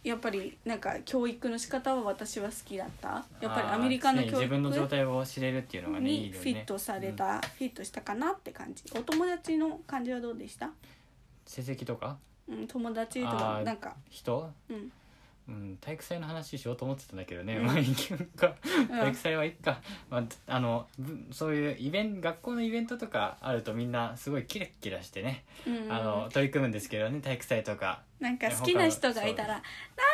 S1: やっぱりなんか教育の仕方は私は好きだったやっぱりアメリカの
S2: あー
S1: 教
S2: 常に自分の状
S1: 育
S2: 態を知れるっていうのがねい
S1: に
S2: いよ
S1: フ
S2: ね
S1: ィットされた、フィットしたかなって感じお友達の感じはどうでした
S2: 成績とか
S1: うん、友達と
S2: あ
S1: か
S2: ー
S1: なんか、
S2: 人
S1: うん、
S2: うん、体育祭の話しようと思ってたんだけどね、
S1: うん
S2: まあいいか体育祭はいいか、まあ、あのぶそういうイベント学校のイベントとかあるとみんなすごいキラッキラしてね
S1: うんうん
S2: あの取り組むんですけどね体育祭とか
S1: なんか好きな人がいたら「なんとか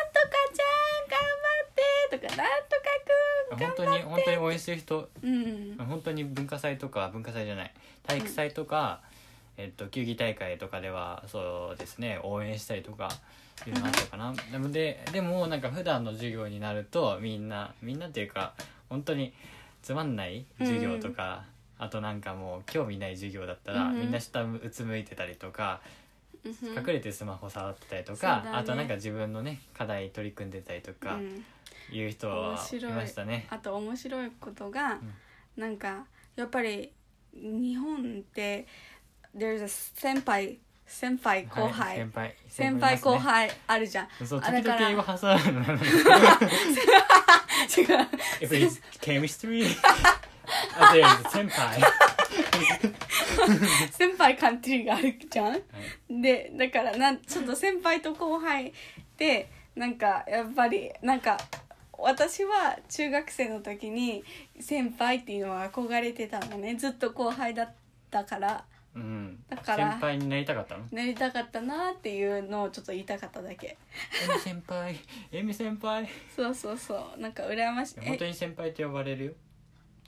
S1: ちゃん頑張って」とか「なんとかくん頑
S2: 本当に本当に応援してる人
S1: うん
S2: 本当に文化祭とか文化祭じゃない体育祭とか、えっと、球技大会とかではそうですね応援したりとかいうのあったかな、でもででもなんか普段の授業になるとみんなみんなっていうか本当につまんない授業とか、あとなんかもう興味ない授業だったら、
S1: うんうん
S2: みんな下うつむいてたりとか、
S1: うんうん
S2: 隠れてスマホ触ってたりと
S1: そうだね
S2: か、あとなんか自分のね課題取り組んでたりとか。
S1: うん
S2: いう人はいましたね。
S1: あと面白いことが、なんかやっぱり日本って there's a 先輩先輩後
S2: は
S1: 輩、
S2: い先輩
S1: 先輩後。輩あるじゃん。
S2: そう
S1: あだ
S2: 時
S1: から
S2: 々英語挟むの。
S1: 違う
S2: If it's chemistry, あと先輩。
S1: 先輩カントリーがあるじゃん。でだからなんちょっと先輩と後輩でなんかやっぱりなんか私は中学生の時に先輩っていうのは憧れてたのねずっと後輩だったから
S2: うん。
S1: だ
S2: 先
S1: から
S2: 輩になりたかったの。
S1: なりたかったなっていうのをちょっと言いたかっただけ
S2: エミ先輩、エミ先輩。
S1: そうそうそうなんか羨ましい
S2: 本当に先輩って呼ばれるよ。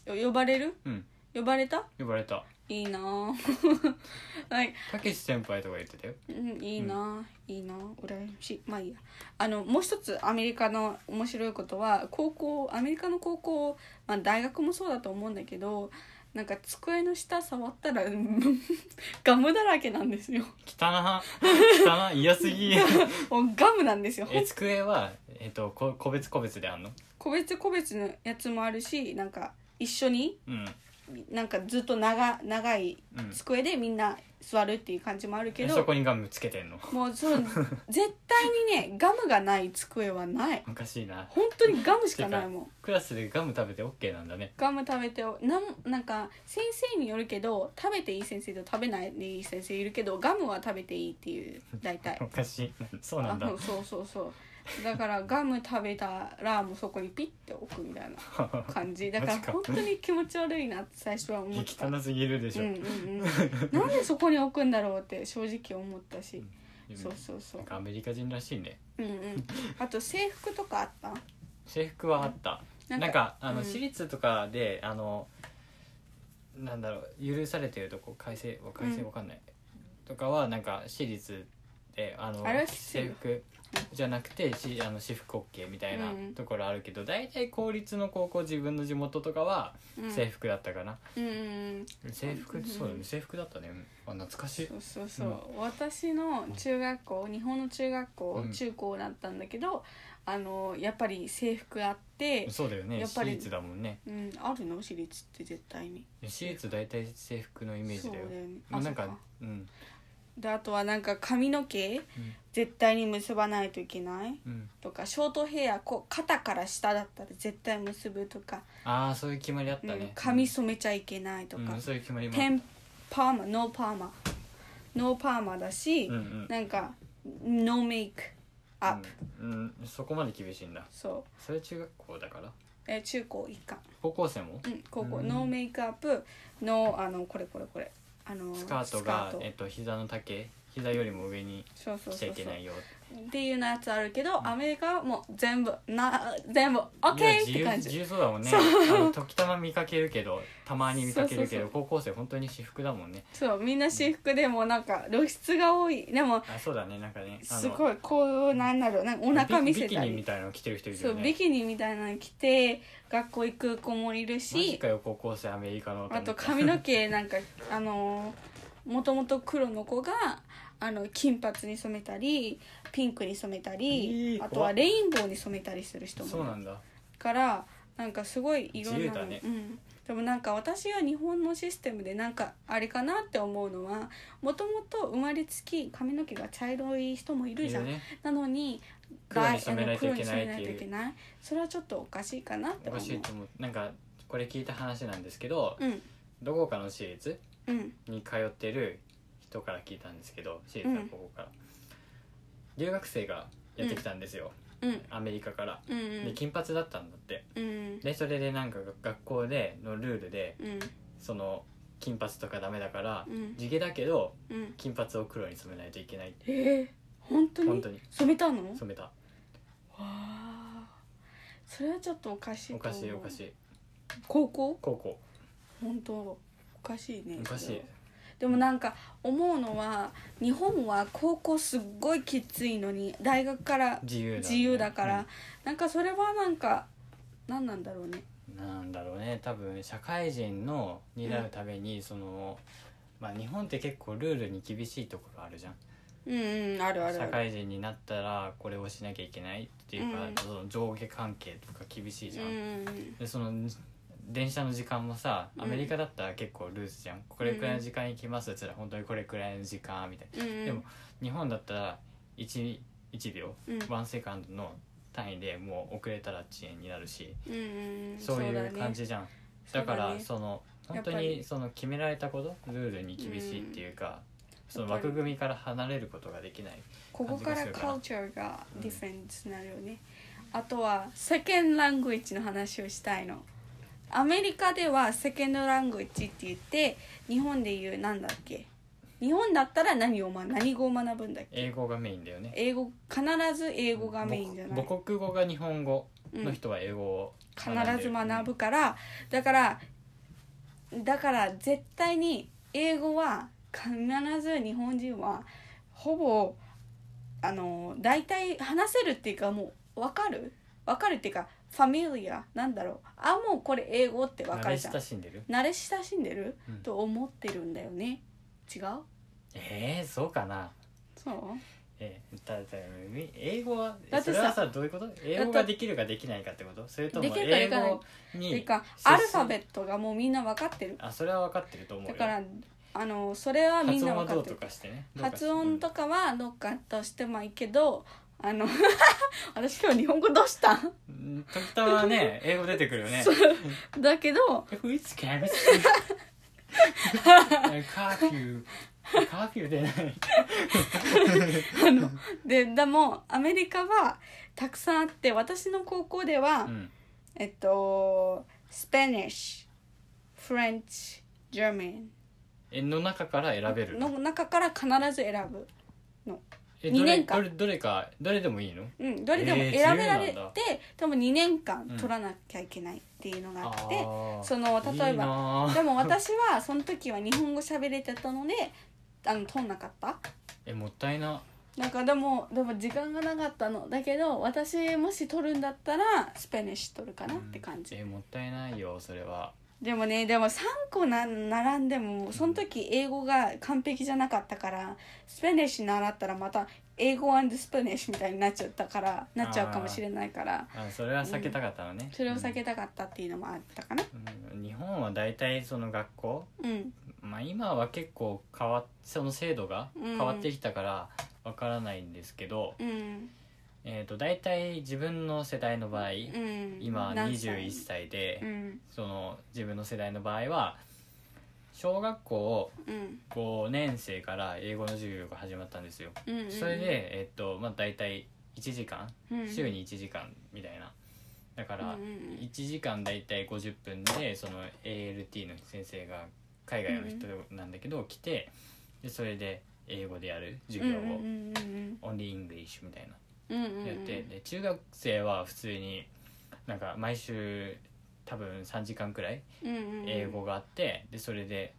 S1: え呼ばれる
S2: うん。
S1: 呼ばれた
S2: 呼ばれた。
S1: いいなぁ はい
S2: たけし先輩とか言ってたよ。
S1: うん、いいな、いいな羨ましいまあいいやあのもう一つアメリカの面白いことは高校アメリカの高校、まあ、大学もそうだと思うんだけどなんか机の下触ったらうん ガムだらけなんですよ
S2: 汚い、汚い、嫌 すぎ。
S1: もうガムなんですよ
S2: え、机は、えっと、こ個別個別であんの
S1: 個別個別のやつもあるしなんか一緒に
S2: うん。
S1: なんかずっと長長い
S2: うん
S1: 机でみんな座るっていう感じもあるけ
S2: え
S1: ど、
S2: そこにガムつけてんの。
S1: もうその絶対にねガムがない机はない
S2: おかしいな。
S1: 本当にガムしかないもん
S2: クラスでガム食べて OK なんだね。
S1: ガム食べてなんなんか先生によるけど食べていい先生と食べないでいい先生いるけどガムは食べていいっていう大体
S2: おかしい。そうな
S1: あ
S2: んだ
S1: の。そうそうそうだからガム食べたらもうそこにピッて置くみたいな感じだから
S2: マジか
S1: 本当に気持ち悪いなって最初は思った
S2: 汚すぎるでし
S1: う
S2: ょ。
S1: んうんうん、なんでそこに置くんだろうって正直思ったし、そうそうそ
S2: なんかアメリカ人らしいね。
S1: う、うんうん、あと制服とかあった
S2: 制服はあった。
S1: な
S2: なんん
S1: か
S2: かあの、
S1: うん
S2: 私立とかであのなんだろう許されてるとこ改正改正
S1: うん
S2: わかんない、とかはなんか私立であの
S1: あれは
S2: 制服じゃなくてしあの私服 OK みたいな
S1: うん
S2: ところあるけど大体、公立の高校自分の地元とかは
S1: うん
S2: 制服だったかな、
S1: うんうんうん
S2: 制服
S1: うん
S2: そうだね制服だったねうんあ懐かしい
S1: そうそうそう私の中学校日本の中学校、
S2: うん
S1: 中高だったんだけどあのやっぱり制服あって、
S2: そうだよね
S1: やっぱ
S2: 私
S1: り
S2: 立だもんね
S1: うん、あるの私立って絶対に
S2: 私立大体制服のイメージだよ
S1: そうだよね
S2: まあ
S1: あ
S2: なんか
S1: そっか
S2: うん
S1: であとはなんか髪の毛絶対に結ばないといけない
S2: うん、うん、
S1: とかショートヘアこう肩から下だったら絶対結ぶとか、
S2: ああそういう決まりあった
S1: うん
S2: ね、
S1: 髪染めちゃいけないとか、
S2: うん、そういう決まりも
S1: ペンパーマノーパーマノーパーマだし、
S2: うんうん
S1: なんかノーメイクアップ、
S2: うん、うん、そこまで厳しいんだ
S1: そう
S2: それ中学校だから
S1: え中高一貫
S2: 高校生も
S1: うん高校、
S2: うん
S1: ノーメイクアップのあのこれこれこれあの
S2: スカート
S1: ス
S2: が
S1: カート
S2: えっと膝の丈膝よりも上に
S1: そうそう
S2: 着
S1: そ
S2: ちゃいう
S1: そ
S2: け
S1: う
S2: ないよ
S1: っていうやつあるけど、アメリカはもう全部な全部 OK っ
S2: いや自
S1: て
S2: 由
S1: 感
S2: 自
S1: じ
S2: 由そうだもんねあの時たま見かけるけどたまに見かけるけど
S1: そうそうそう
S2: 高校生本当に私服だもんね
S1: そうみんな私服でもなんか露出が多いでも
S2: あそうだねなんかねあの
S1: すごいこうなんだろうなんかお腹見せ
S2: ビ
S1: た
S2: ビキニみ
S1: り
S2: たいなの着てる人いる
S1: そ
S2: よ
S1: う
S2: ね
S1: ビキニみたいなの着て学校行く子もいる
S2: マジ
S1: し
S2: かよ高校生アメリカの
S1: あと髪の毛なんかあのもともと黒の子があの金髪に染めたりピンクに染めたり、
S2: えー
S1: あとはレインボーに染めたりする人もいる
S2: そうなんだ
S1: からなんかすごいいろんな
S2: 自由だ
S1: の、
S2: ね
S1: うん、でもなんか私は日本のシステムでなんかあれかなって思うのはもともと生まれつき髪の毛が茶色い人もいるじゃん、
S2: いるね
S1: なのに
S2: 黒に
S1: が
S2: 染めないとい
S1: あの黒に
S2: けない
S1: 染めないといけないそれはちょっとおかしいかなって
S2: お
S1: 思
S2: か
S1: う
S2: しいと思うなんかこれ聞いた話なんですけど、
S1: うん
S2: どこかの私立
S1: うん
S2: に通ってる人から聞いたんですけど私立の高校から、留学生がやってきたんですよ、
S1: うん
S2: アメリカから、
S1: うん
S2: で金髪だったんだって
S1: うんうん
S2: でそれでなんかが学校でのルールで
S1: うん
S2: その金髪とかダメだから、
S1: うん
S2: 地毛だけど
S1: うん
S2: 金髪を黒に染めないといけない
S1: えー、本当に
S2: 本当に
S1: 染めたのわ
S2: 染めた
S1: あそれはちょっとおかしい
S2: お
S1: と
S2: か
S1: 思う
S2: しいおかしい
S1: 高校
S2: 高校
S1: 本当おかしいね
S2: おかし
S1: それ
S2: い
S1: はでもなんか思うのは日本は高校すっごいきついのに大学から
S2: 自由だ、
S1: 自由だから、なんかそれはなんか何なんだろうね
S2: うんなんだろうね多分社会人の担うために、そのまあ日本って結構ルールに厳しいところあるじゃん
S1: うんうんあるあるあ
S2: 社
S1: る
S2: 会人になったらこれをしなきゃいけないっていうか、
S1: うん
S2: その上下関係とか厳しいじゃん、
S1: うんうん
S2: でその電車の時間もさ
S1: うん
S2: アメリカだったら結構ルーズじゃん、これくらいの時間行きますっつったら本当にこれくらいの時間みたい
S1: うんうん
S2: な、でも日本だったら 1, 1秒、
S1: うん
S2: ワンセカンドの単位でもう遅れたら遅延になるし、
S1: うんうん
S2: そういう感
S1: そ
S2: じじゃんだ,、
S1: うだね
S2: から
S1: そう
S2: その本当
S1: やっぱ
S2: に
S1: り
S2: その決められたことルールに厳しいっていうか、その枠組みから離れることができない
S1: ここから
S2: 感じがする
S1: culture
S2: かな
S1: がディフェンスになるよね、あとは second language の話をしたいのアメリカでは second language って言って日本で言うなんだっけ日本だったら何を学ぶ何語を学ぶんだっけ
S2: 英語がメインだよね
S1: 英語必ず英語がメインじゃない
S2: 母母国語が日本語の人は英語を
S1: 必
S2: んで
S1: ず
S2: る
S1: 学ぶからだからだから絶対に英語は必ず日本人はほぼあの大体話せるっていうかもう分かる分かるっていうかファミリアなんだろうあもうこれ英語って分
S2: 慣
S1: かる
S2: れ
S1: じゃん
S2: 親しんでる
S1: 慣れ親しんでる、
S2: うん
S1: と思ってるんだよね違う
S2: えー、そうかな
S1: そう
S2: えーだだ英語は
S1: だってさ
S2: それはさどういうこと英語ができるかできないかってことそれとも
S1: できるか
S2: 英
S1: できない
S2: 語
S1: て
S2: に
S1: いうか
S2: 接す
S1: アルファベットがもうみんな分かってる
S2: あそれは分かってると思う
S1: だ
S2: よ
S1: からあのそれはみん
S2: 発
S1: な分
S2: 音は
S1: か
S2: ど
S1: っ
S2: う
S1: て
S2: と
S1: る
S2: かしてね
S1: 発音と
S2: か
S1: かはどっかとしてもいいけどあの 私今日日本語どうしたん
S2: うん時たまね英語出てくるよ ね
S1: だけど
S2: If it's cabbage カーフューカーフュー でない
S1: ででもアメリカはたくさんあって私の高校では、
S2: うん
S1: えっとスペニッシュフレンチジャーマン
S2: えの中から選べる
S1: の中から必ず選ぶの、
S2: え
S1: 二
S2: どれ
S1: 年間
S2: どれどれかどれでもいいの
S1: うん、どれでも
S2: えー
S1: 選べられて、
S2: 自由なんだ
S1: 多分2年間
S2: うん
S1: 取らなきゃいけないっていうのがあって、
S2: あー
S1: その例えば
S2: いいなー
S1: でも私はその時は日本語喋れてたのであの通んなかった
S2: えもったいな
S1: なんかでもでも時間がなかったのだけど私もし取るんだったらスペニッシュ取るかなって感じ、
S2: えもったいないよそれは
S1: でもねでも3個な並んでもその時英語が完璧じゃなかったからスペニッシュ習ったらまた英語スペニッシュみたいになっちゃったからなっちゃうかもしれないから
S2: あそれは避けたかったのね、
S1: それを避けたかったっていうのもあったかな
S2: うん日本は大体その学校
S1: うん
S2: まあ今は結構変わっその制度が
S1: うん
S2: 変わってきたからわからないんですけど、
S1: うん
S2: えー、と大体自分の世代の場合、
S1: うん
S2: 今
S1: 何歳
S2: 21歳で、
S1: うん
S2: その自分の世代の場合は小学校
S1: うん
S2: 5年生から英語の授業が始まったんですよ。
S1: うんうん
S2: それで、えっとまあ、大体1時間
S1: うん
S2: 週に1時間みたいなだから
S1: うんうんうん
S2: 1時間大体50分でその ALT の先生が海外の人なんだけど来てでそれで英語でやる授業を
S1: うんうんうん
S2: オンリーイングリッシュみたいな
S1: うんうんうん
S2: やってで中学生は普通になんか毎週多分3時間くらい
S1: うんうんうん
S2: 英語があってでそれで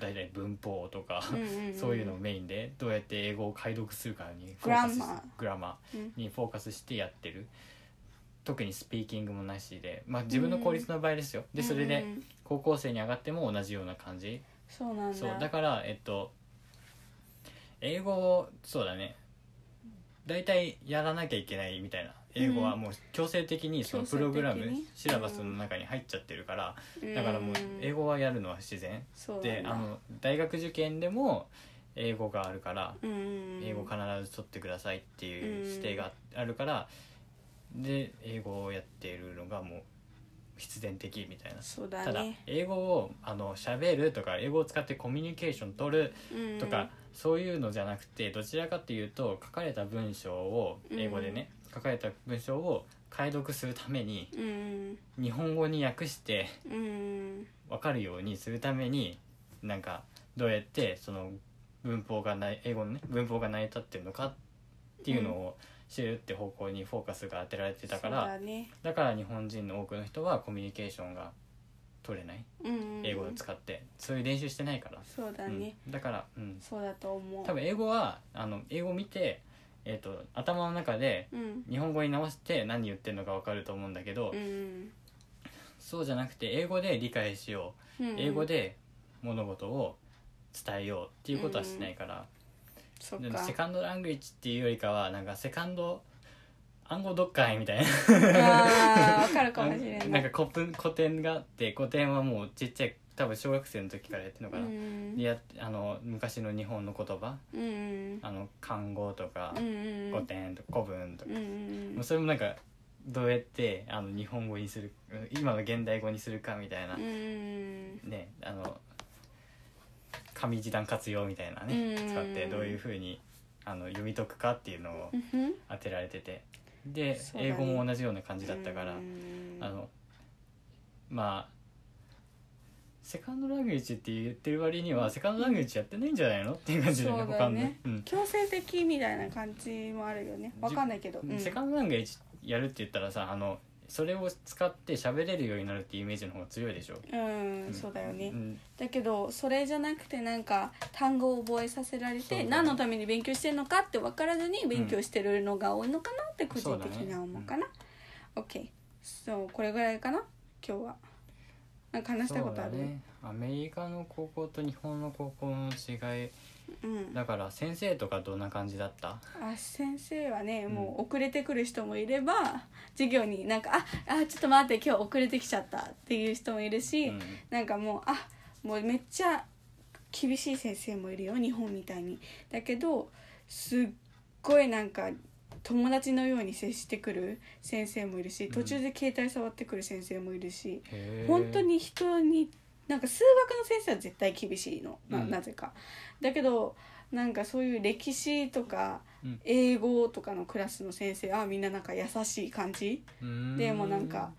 S2: 大体文法とか
S1: うんうんうん
S2: そういうのをメインでどうやって英語を解読するかに
S1: グラマー
S2: フォーカスグラマー
S1: うん
S2: にフォーカスしてやってる特にスピーキングもなしで、まあ、自分の効率の場合ですよ、でそれ
S1: う
S2: で
S1: んうん
S2: 高校生に上がっても同じような感じ、
S1: そうなんだ
S2: そうだからえっと英語をそうだね大体やらなきゃいけないみたいな英語はもう強制的にその
S1: 強制
S2: プ
S1: 的
S2: ロ
S1: に
S2: グラム、シラバスの中に入っちゃってるから、だからもう英語はやるのは自然、
S1: 語
S2: であの大学受験でも英語があるから、英
S1: 英
S2: 語必ず取ってくださいっていう指定があるから、で英語をやっているのがもう必然的みたいな、
S1: そうだ
S2: ただ
S1: ね
S2: 英語をあの喋るとか英語を使ってコミュニケーション取るとか、そういうのじゃなくてどちらかというと書かれた文章を英語でね、書かれた文章を解読するために
S1: うん
S2: 日本語に訳して
S1: うんうん
S2: 分かるようにするためになんかどうやってその文法がない英語のね文法が成り立ってるのかっていうのを知るって方向にフォーカスが当てられてたから、
S1: そうだね
S2: だから日本人の多くの人はコミュニケーションが取れない
S1: うんうんうん
S2: 英語を使って、そういう練習してないから、
S1: そうだ
S2: うん
S1: ね
S2: だから、うん、
S1: そうだと思う
S2: 多分英語はあの英語を見て、えー、と頭の中で
S1: うん
S2: 日本語に直して何言ってるのか分かると思うんだけど、
S1: うん
S2: そうじゃなくて英語で理解しよう
S1: うん
S2: 英語で物事を伝えようっていうことはしないから、
S1: そっ
S2: で セ
S1: か
S2: カンドラングリッジっていうよりかはなんかセカンド暗号読解みたいな
S1: あーわかるかもしれ
S2: な
S1: なん
S2: か
S1: い
S2: 古典古典があって古典はもうちっちゃい多分小学生の時からやってるの
S1: う
S2: かな、
S1: ん
S2: でやっあの昔の日本の言葉
S1: うんうん
S2: あの漢語とか
S1: うんうん
S2: 古典とか古文とか
S1: うん、うんう
S2: もうんそれもなんかどうやってあの日本語にする今の現代語にするかみたいな、
S1: うん
S2: ねあの紙時短活用みたいな
S1: う
S2: ね
S1: ん
S2: 使ってどういうふうにあの読み解くかっていうのを
S1: うんうん
S2: 当てられててで、
S1: そうだね
S2: 英語も同じような感じだったから
S1: うん
S2: あのまあセカンドラングエッジって言ってる割にはセカンドラングエッジやってないんじゃないのっていう感じで
S1: そうだね
S2: 他のね、うん
S1: 強制的みたいな感じもあるよねわかんないけどうん
S2: セカンドラングエッジやるって言ったらさあのそれを使って喋れるようになるっていうイメージの方が強いでしょ。
S1: うんそうだよね
S2: うん
S1: だけどそれじゃなくてなんか単語を覚えさせられ
S2: そうだ
S1: て
S2: ね
S1: 何のために勉強してるのかって分からずに勉強してるのが多いのかなって個
S2: そ
S1: 人
S2: うだね
S1: 的には思うかな。OK そうこれぐらいかな今日は。なんか話したことある
S2: そうだねアメリカの高校と日本の高校の違いうだから先生とかどんな感じだった
S1: ん、あ先生はね
S2: うん
S1: もう遅れてくる人もいれば、授業になんか「ああちょっと待って今日遅れてきちゃった」っていう人もいるし、
S2: うん
S1: なんかもうあもうめっちゃ厳しい先生もいるよ日本みたいにだけどすっごいなんか友達のように接してくる先生もいるし
S2: ん
S1: 途中で携帯触ってくる先生もいるし、
S2: へー
S1: 本当に人になんか数学の先生は絶対厳しいの、な
S2: うん
S1: なぜかだけどなんかそういう歴史とか
S2: うん
S1: 英語とかのクラスの先生はみんななんか優しい感じ、
S2: うーん
S1: でもなんか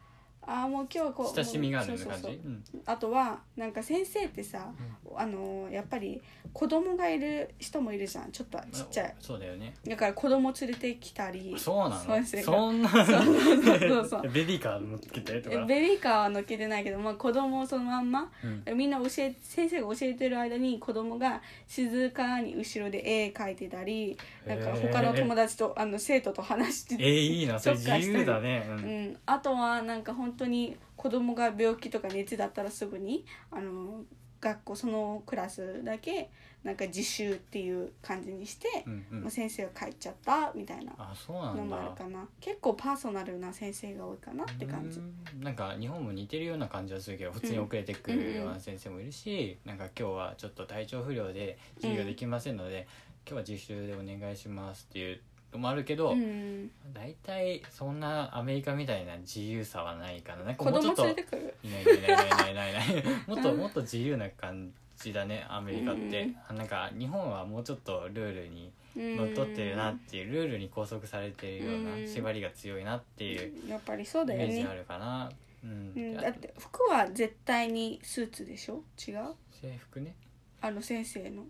S1: ああもう今日はこう
S2: 親しみがあるよう
S1: そう
S2: な
S1: そう
S2: 感じ
S1: そう
S2: うん
S1: あとはなんか先生ってさ、あのーやっぱり子供がいる人もいるじゃんちょっとちっちゃい
S2: そうだよね
S1: だから子供連れてきたり
S2: そうなの
S1: 先生が
S2: そんな
S1: そうそうそうそう
S2: ベビーカー乗っけてと
S1: え
S2: か
S1: ベビーカーは乗っけてないけど、まあ、子供をそのまんま
S2: うん
S1: みんな教え先生が教えてる間に子供が静かに後ろで絵描いてたりなんか他の友達と、あの生徒と話して
S2: えーいいなそれ
S1: そっ
S2: 自
S1: か
S2: 由だねう
S1: うんん、あとはなんか本当に子供が病気とか熱だったらすぐにあの学校そのクラスだけなんか自習っていう感じにして、
S2: うんう
S1: も
S2: ん
S1: う先生が帰っちゃったみたいな
S2: あそうな
S1: の
S2: ん
S1: も
S2: だ
S1: あるかな結構パーソナルな先生が多いかなって感じ
S2: う。んなんか日本も似てるような感じはするけど普通に遅れてくるような先生もいるし、なんか今日はちょっと体調不良で授業できませんので、今日は自習でお願いしますっていうのもあるけど、
S1: うん、
S2: 大体そんなアメリカみたいな自由さはないかななんか
S1: 子
S2: もうちょ
S1: 供
S2: っと
S1: 連れてくる
S2: いないいないいないいないいない もっと
S1: うん
S2: もっと自由な感じだねアメリカって、
S1: うん
S2: あなんか日本はもうちょっとルールに
S1: 乗
S2: のっ取ってるなっていうルールに拘束されてるような
S1: うん
S2: 縛りが強いなっていう
S1: やっぱりそう
S2: イ
S1: だ
S2: メ
S1: よ
S2: ージ
S1: ね
S2: あ、るかな、うん
S1: うん、
S2: あ
S1: だって服は絶対にスーツでしょ違う
S2: 制服ね
S1: あの先生の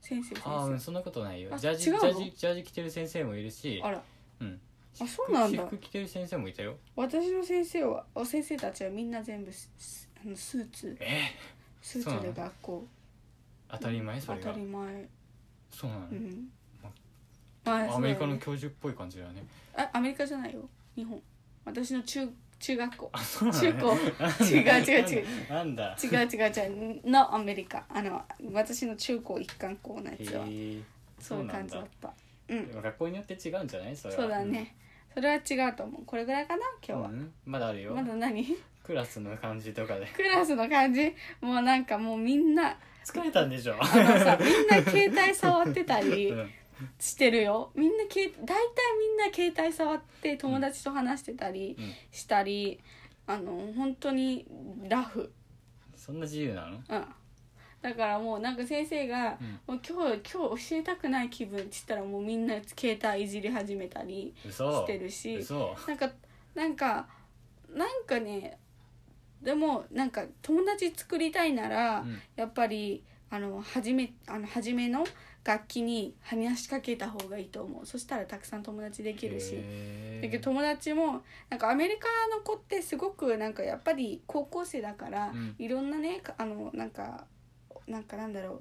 S1: 先生先
S2: ああうん
S1: 生
S2: そんなことないよ
S1: あ
S2: ジャージジ
S1: 違う
S2: ャ
S1: の
S2: ージジャージ着てる先生もいるし
S1: あら
S2: うん
S1: あそうなんだ
S2: 私服着てる先生もいたよ
S1: 私の先生はお先生たちはみんな全部ススあのスーツ
S2: え
S1: スー
S2: そうな
S1: ツ
S2: の
S1: で学校
S2: 当たり前それ
S1: 当
S2: が
S1: たり前
S2: そうなの、
S1: うん
S2: ま
S1: ま
S2: アメリカの
S1: そう
S2: 教授っぽい感じだよね
S1: だよねあアメリカじゃないよ日本私の中中学校
S2: あそうなの、
S1: 中
S2: ね、
S1: 高違う違う違う
S2: うなんだ
S1: 違う違う違うのアメリカあの私の中高一貫校のや
S2: へ
S1: つは
S2: え
S1: そういう感じだったうん
S2: でも学校によって違うんじゃないそれは
S1: そうだねそれは違うと思うこれぐらいかな
S2: うん
S1: 今日
S2: うんまだあるよ、
S1: はまだ何
S2: クラスの感じと かで
S1: クラスの感じもうなんかもうみんな
S2: 疲れたんでしょ、
S1: あのさみんな携帯触ってた
S2: う
S1: り
S2: ん、
S1: してるよみんなけ大体みんな携帯触って友達と話してたり
S2: うん
S1: したり、あの本当にラフ、
S2: そんな自由なの
S1: うん、だからもうなんか先生が
S2: うん
S1: 「もう今日今日教えたくない気分」っつったらもうみんな携帯いじり始めたり
S2: 嘘
S1: してるし
S2: 嘘
S1: なんかなんかなんかねでもなんか友達作りたいなら、
S2: うん
S1: やっぱりあの初めあの初めの楽器に話しかけた方がいいと思うそしたらたくさん友達できるし。
S2: へー
S1: だけど友達もなんかアメリカの子ってすごくなんかやっぱり高校生だから、
S2: うん
S1: いろんなねかあのなんかなんかなんだろう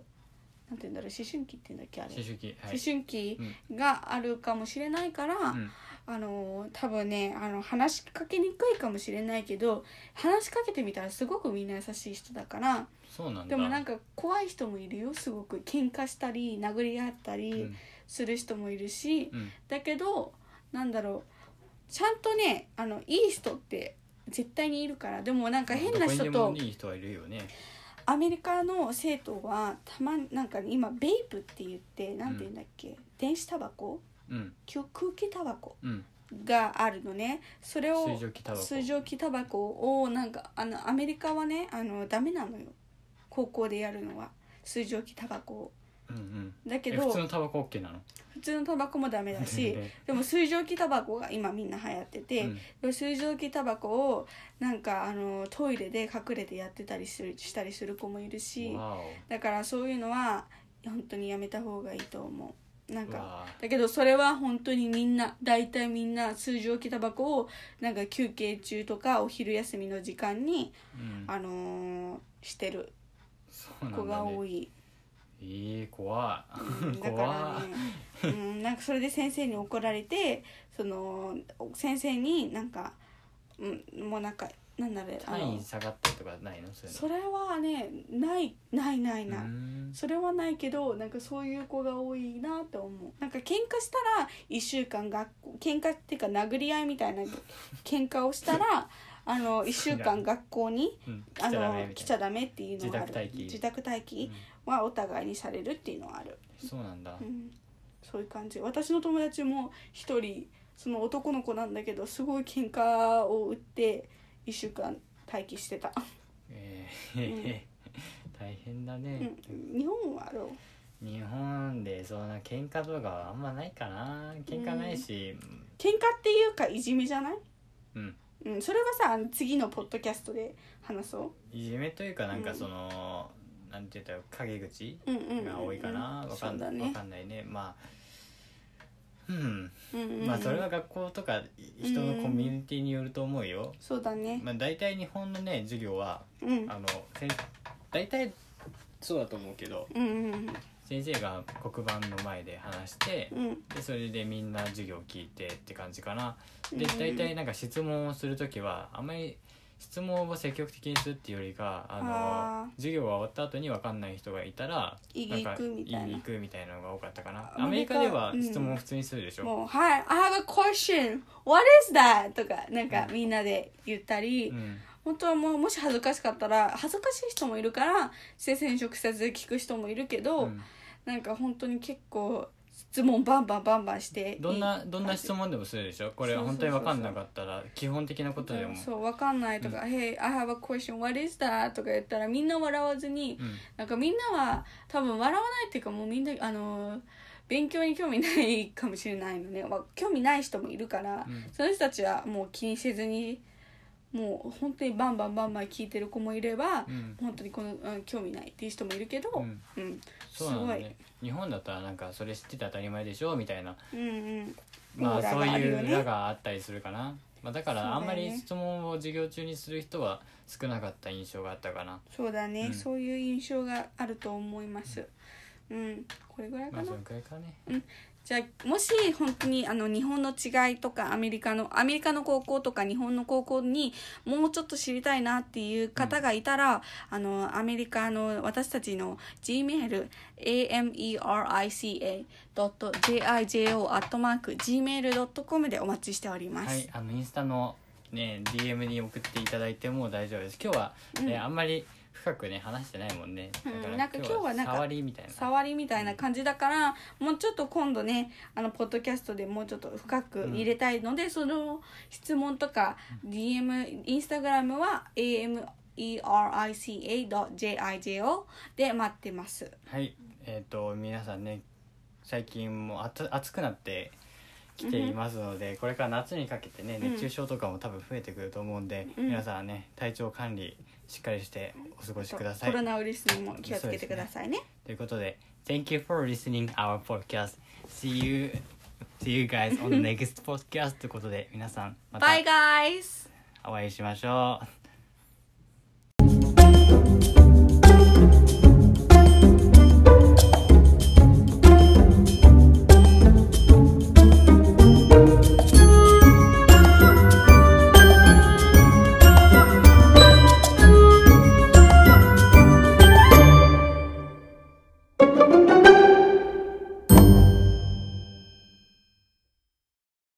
S1: なんて言うんだろう思春期って言うんだっけあれ、
S2: 思春期はい
S1: 思春期があるかもしれないから、
S2: うん
S1: あの多分ねあの話しかけにくいかもしれないけど話しかけてみたらすごくみんな優しい人だから
S2: そうなん
S1: で
S2: だ
S1: もなん
S2: か、
S1: か怖い人もいるよすごく喧嘩したり殴り合った
S2: うん
S1: りする人もいるし、
S2: うん
S1: だけどなんだろうちゃんとねあのいい人って絶対にいるからでもなんか変な人
S2: どこ
S1: と
S2: にでもいい人はいるよね
S1: アメリカの生徒はたまになんか今ベイプって言ってなんて言うんだっけ、電子タバコ
S2: うん
S1: 空空気タバコ
S2: うん
S1: があるのねそれを
S2: 水蒸気タバコ
S1: 水蒸気タバコをなんかあのアメリカはねあのダメなのよ高校でやるのは水蒸気タバコを
S2: うんうん
S1: だけ
S2: え
S1: ど
S2: 普通のタバコ OK なの
S1: 普通のタバコもダメだし
S2: ね
S1: でも水蒸気タバコが今みんな流行ってて、
S2: うん
S1: でも水蒸気タバコをなんかあのトイレで隠れてやってたりするしたりする子もいるし
S2: わお
S1: だからそういうのは本当にやめた方がいいと思うなん
S2: う
S1: か
S2: わ
S1: だけどそれは本当にみんな大体みんな水蒸気タバコをなんか休憩中とかお昼休みの時間に、
S2: うん
S1: あのーしてる
S2: そうな
S1: 子
S2: んだ
S1: が
S2: ね
S1: 多い、
S2: えー怖
S1: うん
S2: い
S1: だ
S2: 怖
S1: か
S2: い
S1: らね、うん、なんかそれで先生に怒られてその先生になんか、うん、もうなんかなんだろうあ
S2: 単
S1: の
S2: 位下がったとかないのそういうの
S1: それはねないないないうない。
S2: ん
S1: それはないけどなんかそういう子が多いなって思うなんか喧嘩したら1週間学校喧嘩っていうか殴り合いみたいな喧嘩をした らあの1週間学校に
S2: うん来ち
S1: あ
S2: ゃダメ
S1: の
S2: み
S1: 来
S2: たい
S1: ち
S2: な
S1: ゃダメっていうのがある
S2: 自宅待機
S1: 自宅待機はお互いにされるっていうのはある、
S2: そうなんだ
S1: うん、そういう感じ私の友達も1人その男の子なんだけどすごい喧嘩を売って1週間待機してた、
S2: えー 大変だ
S1: う
S2: ね
S1: ん、日本はある
S2: 日本でそんな喧嘩とかはあんまないかな喧嘩ないし
S1: 喧嘩っていうかいじめじゃない
S2: うん
S1: うん、それはさあの次のポッドキャストで話そ
S2: いじめというかなんかその、なんて言ったら陰口
S1: う。うんうんうん、
S2: が多いかな、わか
S1: そうんだ
S2: わ
S1: ね
S2: か。んないねまあうん、
S1: うんうんうん
S2: まあそれは学校とか人のコミュニティによると思うよ、
S1: そうだね。
S2: まあ、大体日本のね授業は
S1: うん。
S2: あの先大体そうだと思うけど
S1: うんうん
S2: 先生が黒板の前で話して
S1: うんうん
S2: でそれでみんな授業聞いてって感じかな
S1: うん
S2: で大体なんか質問をする時はあんまり質問を積極的にするっていうよりかあの
S1: あー
S2: 授業が終わった後に分かんない人がいたら
S1: 異議行くみたいな
S2: なんか異議行くみたいなのが多かったかな
S1: ア
S2: ア
S1: メ
S2: メ
S1: リ
S2: リ
S1: カ
S2: カでは
S1: うん
S2: 質問を普通にするでしょ、
S1: もう「はい I have a question what is that?」とかなんかみんなで言ったり、
S2: うん
S1: 本当はもうもし恥ずかしかったら恥ずかしい人もいるから性線直接聞く人もいるけど、
S2: うん
S1: なんか本当に結構質問バンバンバンバンして
S2: どんない
S1: い
S2: どんな質問でもするでしょこ
S1: そ
S2: れ
S1: うそう
S2: 本
S1: そうそ
S2: 当
S1: う
S2: に分かんなかったら基本的なことでも
S1: そうわかんないとか「Hey I have a question what is that?」とか言ったらみんな笑わずに、
S2: うん
S1: なんかみんなは多分笑わないっていうかもうみんなあのー勉強に興味ないかもしれないのね、まあ、興味ない人もいるから、
S2: うん
S1: その人たちはもう気にせずにもう本当にバンバンバンバン聞いてる子もいれば、
S2: うん
S1: 本当にこの、うん、興味ないっていう人もいるけど、
S2: う
S1: うんん
S2: そう
S1: す
S2: なん
S1: ご
S2: だ
S1: い、
S2: ね日本だったらなんかそれ知ってて当たり前でしょみたいな
S1: うんうん、
S2: ま
S1: オ
S2: あ
S1: ーラ
S2: そう
S1: があるよね
S2: いう裏があったりするかな、まあ、だ
S1: そ
S2: か
S1: うだ
S2: ら
S1: よ
S2: あ
S1: ね
S2: んまり質問を授業中にする人は少なかった印象があったかな、
S1: そうだね、
S2: うん
S1: そういう印象があると思います。うん、これぐらいか
S2: ま
S1: な、
S2: あそのくらいかね
S1: じゃあもし本当にあの日本の違いとかアメリカのアメリカの高校とか日本の高校にもうちょっと知りたいなっていう方がいたら、あのアメリカの私たちの gmail america.jijo.gmail.com でお待ちしております。
S2: はいあのインスタのね DM に送っていただいても大丈夫です今日は、ねあんまり深くね話してないもんねだ
S1: うん
S2: から
S1: なんか今日はなんか
S2: 触りみたいな
S1: 触りみたいな感じだからもうちょっと今度ねあのポッドキャストでもうちょっと深く入れたいので、その質問とか DM インスタグラムは america.jijo で待ってます
S2: はい、えっ、と皆さんね最近もあつ暑くなってきていますので、これから夏にかけてね熱中症とかも多分増えてくると思うんで、
S1: うん
S2: 皆さんはね体調管理しっかりしてお過ごしください。
S1: コロナウイルスにも気をつけてくださいね
S2: ということで Thank you for listening our podcast. See you see you guys on the next podcast ということで皆さんまた
S1: Bye guys!
S2: お会いしましょう。